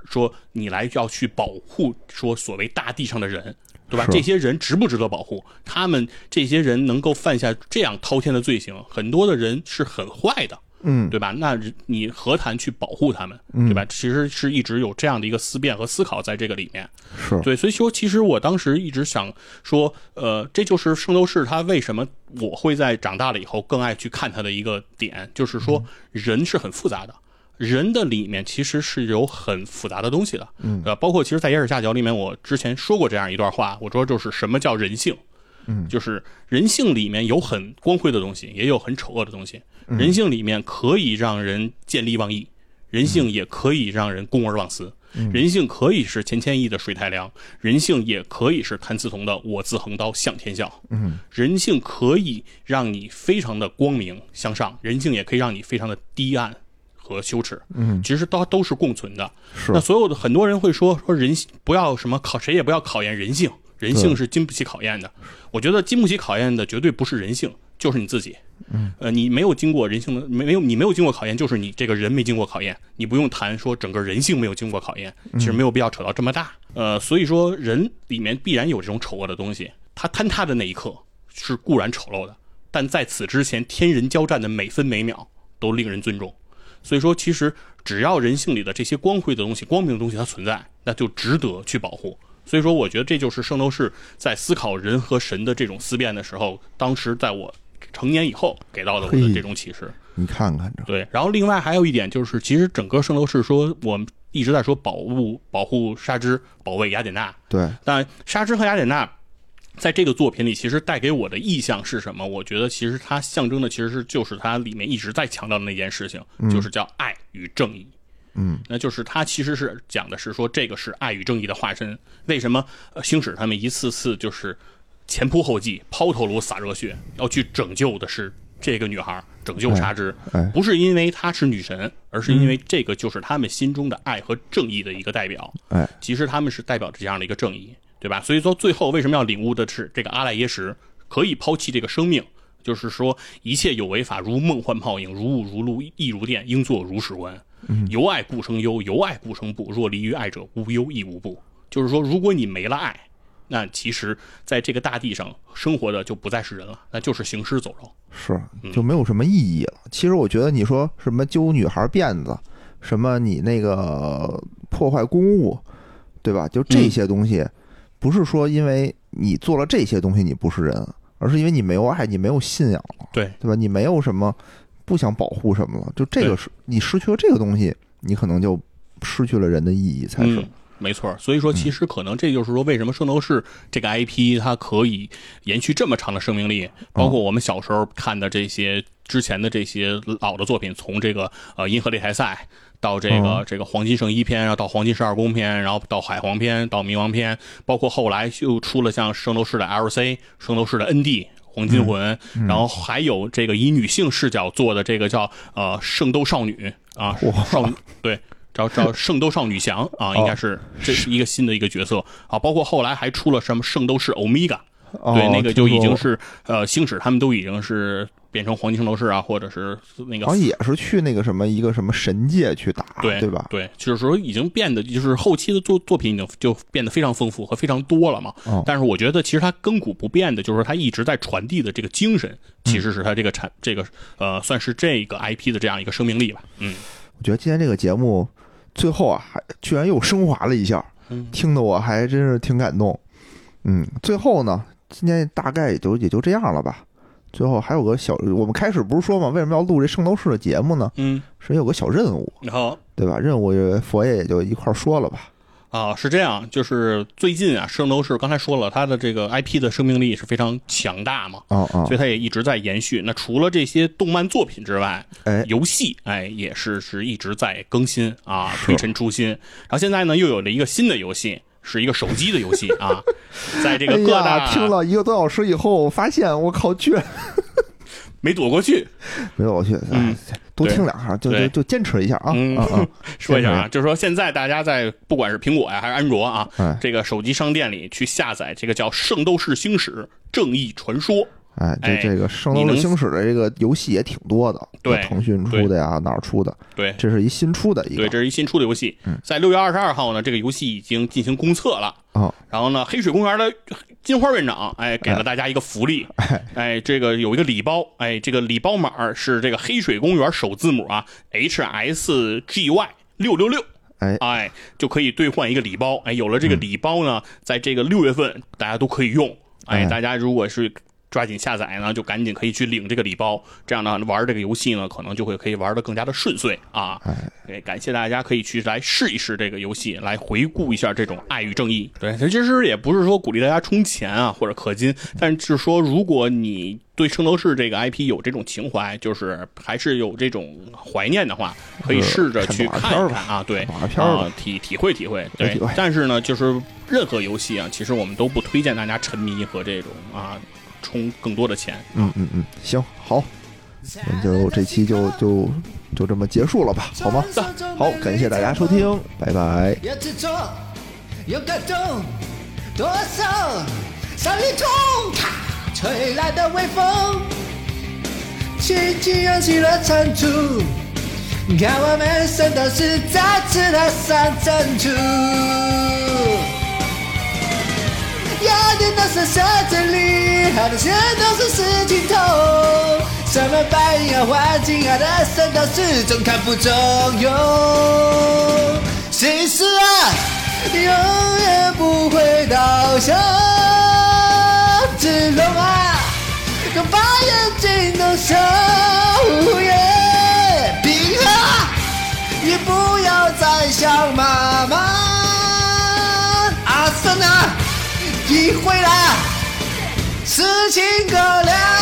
Speaker 3: 说你来要去保护说所谓大地上的人，对吧？
Speaker 2: 是
Speaker 3: 这些人值不值得保护？他们这些人能够犯下这样滔天的罪行，很多的人是很坏的。
Speaker 2: 嗯，
Speaker 3: 对吧？那人你何谈去保护他们，对吧？其实是一直有这样的一个思辨和思考在这个里面。
Speaker 2: 是
Speaker 3: 对，所以说其实我当时一直想说，呃，这就是圣斗士他为什么我会在长大了以后更爱去看他的一个点，就是说人是很复杂的。人的里面其实是有很复杂的东西的，嗯，呃，包括其实，在《野史下酒》里面，我之前说过这样一段话，我说就是什么叫人性，嗯，就是人性里面有很光辉的东西，也有很丑恶的东西，人性里面可以让人见利忘义，人性也可以让人公而忘私。人性可以是钱谦益的水太凉，人性也可以是谭嗣同的我自横刀向天笑。嗯，人性可以让你非常的光明向上，人性也可以让你非常的低暗和羞耻。嗯，其实都都是共存的。
Speaker 2: 是
Speaker 3: 那所有的很多人会说说人性不要什么考，谁也不要考验人性，人性是经不起考验的。我觉得经不起考验的绝对不是人性，就是你自己。呃，你没有经过人性的没没有你没有经过考验，就是你这个人没经过考验，你不用谈说整个人性没有经过考验，其实没有必要扯到这么大。呃，所以说人里面必然有这种丑恶的东西，它坍塌的那一刻是固然丑陋的，但在此之前天人交战的每分每秒都令人尊重。所以说，其实只要人性里的这些光辉的东西、光明的东西它存在，那就值得去保护。所以说，我觉得这就是圣斗士在思考人和神的这种思辨的时候，当时在我成年以后给到的我的
Speaker 2: 嘿
Speaker 3: 这种启示。
Speaker 2: 你看看这，
Speaker 3: 对，然后另外还有一点就是，其实整个圣斗士说我们一直在说保护保护沙织，保卫雅典娜，
Speaker 2: 对，
Speaker 3: 但沙织和雅典娜在这个作品里，其实带给我的意象是什么？我觉得其实它象征的其实是就是它里面一直在强调的那件事情，就是叫爱与正义。
Speaker 2: 嗯，
Speaker 3: 那就是它其实是讲的是说这个是爱与正义的化身。为什么呃星矢他们一次次就是前仆后继、抛头颅洒热血，要去拯救的是这个女孩，拯救沙织，
Speaker 2: 哎嗯哎
Speaker 3: 不是因为她是女神，而是因为这个就是他们心中的爱和正义的一个代表。
Speaker 2: 哎，
Speaker 3: 其实他们是代表着这样的一个正义，对吧？所以说最后为什么要领悟的是这个阿赖耶识可以抛弃这个生命，就是说一切有为法如梦幻泡影，如雾如露，亦如电，应作如是观。由爱故生忧，由爱故生怖。若离于爱者，无忧亦无怖。就是说，如果你没了爱，那其实在这个大地上生活的就不再是人了，那就是行尸走肉。
Speaker 2: 是
Speaker 3: 嗯
Speaker 2: 就没有什么意义了。其实我觉得你说什么揪女孩辫子，什么你那个破坏公物，对吧？就这些东西，不是说因为你做了这些东西你不是人，啊而是因为你没有爱，你没有信仰了，
Speaker 3: 对
Speaker 2: 对吧？你没有什么不想保护什么了，就这个
Speaker 3: 对
Speaker 2: 是你失去了这个东西，你可能就失去了人的意义才是。
Speaker 3: 嗯没错儿，所以说其实可能这就是说为什么圣斗士这个 IP 它可以延续这么长的生命力，
Speaker 2: 嗯
Speaker 3: 包括我们小时候看的这些之前的这些老的作品，从这个呃银河擂台赛到这
Speaker 2: 嗯
Speaker 3: 个这个黄金圣衣篇，然后到黄金十二宫篇，然后到海皇篇，到冥王篇，包括后来又出了像圣斗士的 LC、圣斗士的 ND。黄金魂，
Speaker 2: 嗯
Speaker 3: 然后还有这个以女性视角做的这个叫呃圣斗少女啊，少女对，找 找圣斗少女翔
Speaker 2: 哦
Speaker 3: 啊，应该是这是一个新的一个角色啊，包括后来还出了什么圣斗士欧米伽，嗯
Speaker 2: 哦
Speaker 3: 对，那个就已经
Speaker 2: 听说过
Speaker 3: 是呃星矢他们都已经是。变成黄金圣斗士啊，或者是那个
Speaker 2: 好像也是去那个什么一个什么神界去打，
Speaker 3: 对
Speaker 2: 对吧？
Speaker 3: 对，就是说已经变得，就是后期的作作品已经就变得非常丰富和非常多了嘛。
Speaker 2: 哦
Speaker 3: 但是我觉得其实它亘古不变的，就是说它一直在传递的这个精神，其
Speaker 2: 嗯
Speaker 3: 实是它这个产、这个呃，算是这个 IP 的这样一个生命力吧。嗯，
Speaker 2: 我觉得今天这个节目最后啊，还居然又升华了一下，
Speaker 3: 嗯
Speaker 2: 听得我还真是挺感动。嗯，最后呢，今天大概也就也就这样了吧。最后还有个小，我们开始不是说嘛，为什么要录这圣斗士的节目呢？
Speaker 3: 嗯，
Speaker 2: 是因为有个小任务，
Speaker 3: 然后
Speaker 2: 对吧？任务也佛爷也就一块儿说了吧。
Speaker 3: 啊，是这样，就是最近啊，圣斗士刚才说了，它的这个 IP 的生命力是非常强大嘛。
Speaker 2: 啊、啊、
Speaker 3: 所以它也一直在延续。那除了这些动漫作品之外，
Speaker 2: 哎
Speaker 3: 游戏哎也是是一直在更新啊，
Speaker 2: 是
Speaker 3: 推陈出新。然后现在呢，又有了一个新的游戏，是一个手机的游戏啊， 在这个各
Speaker 2: 哎
Speaker 3: 大、
Speaker 2: 呀，听了一个多小时以后，我发现我靠，居然
Speaker 3: 没躲过去。
Speaker 2: 没有我去，哎
Speaker 3: 嗯
Speaker 2: 多
Speaker 3: 对
Speaker 2: 听两下，就就
Speaker 3: 对
Speaker 2: 就坚持一下啊
Speaker 3: 嗯
Speaker 2: 啊啊！
Speaker 3: 说一下
Speaker 2: 坚
Speaker 3: 啊，
Speaker 2: 持
Speaker 3: 就是说现在大家在不管是苹果呀、还是安卓啊，
Speaker 2: 哎
Speaker 3: 这个手机商店里去下载这个叫《圣斗士星矢：正义传说》。
Speaker 2: 哎，
Speaker 3: 哎
Speaker 2: 这这个《圣
Speaker 3: 你
Speaker 2: 斗士
Speaker 3: 能
Speaker 2: 星矢》的这个游戏也挺多的，
Speaker 3: 对
Speaker 2: 腾讯出
Speaker 3: 对
Speaker 2: 的呀，哪儿出的？
Speaker 3: 对，
Speaker 2: 这是一新出的一
Speaker 3: 对，
Speaker 2: 个嗯
Speaker 3: 这是一新出的游戏，在六月二十二号呢，这个游戏已经进行公测了。
Speaker 2: 哦
Speaker 3: 然后呢，黑水公园的金花院长，哎，给了大家一个福 利，哎，这个有一个礼包，哎，这个礼包码是这个黑水公园首字母啊，H S G Y 六六六。
Speaker 2: 哎
Speaker 3: 哎，就可以兑换一个礼包。哎，有了这个礼包呢，在这个六月份大家都可以用。哎，
Speaker 2: 哎
Speaker 3: 大家如果是抓紧下载呢，就赶紧可以去领这个礼包。这样呢，玩这个游戏呢，可能就会可以玩的更加的顺遂啊。哎，感谢大家可以去来试一试这个游戏，来回顾一下这种爱与正义。对，其实也不是说鼓励大家充钱啊或者氪金，但是说如果你对圣斗士这个 IP 有这种情怀，就是还是有这种怀念的话，可以试着去
Speaker 2: 呃看
Speaker 3: 看
Speaker 2: 动画片儿
Speaker 3: 一
Speaker 2: 吧
Speaker 3: 看啊。对，
Speaker 2: 看动画片儿吧
Speaker 3: 啊，体体会体会。对
Speaker 2: 体会，
Speaker 3: 但是呢，就是任何游戏啊，其实我们都不推荐大家沉迷和这种啊充更多的钱。
Speaker 2: 嗯嗯嗯，行好，我们就这期就就就这么结束了吧，好吗？好，感谢大家收听，拜拜。
Speaker 4: やってちょよかったどうぞ三里屯咔吹来的微风轻轻扬起了蟾蜍看我们圣斗士再次踏上征途雅典娜是沙子里，海的线都是死尽头。什么白银环境啊的圣斗士总看不中用。谁是啊，永远不会倒下。子龙啊，用把眼睛弄守夜。平和啊，也不要再想妈妈。阿森啊！你回来啊，事情可量。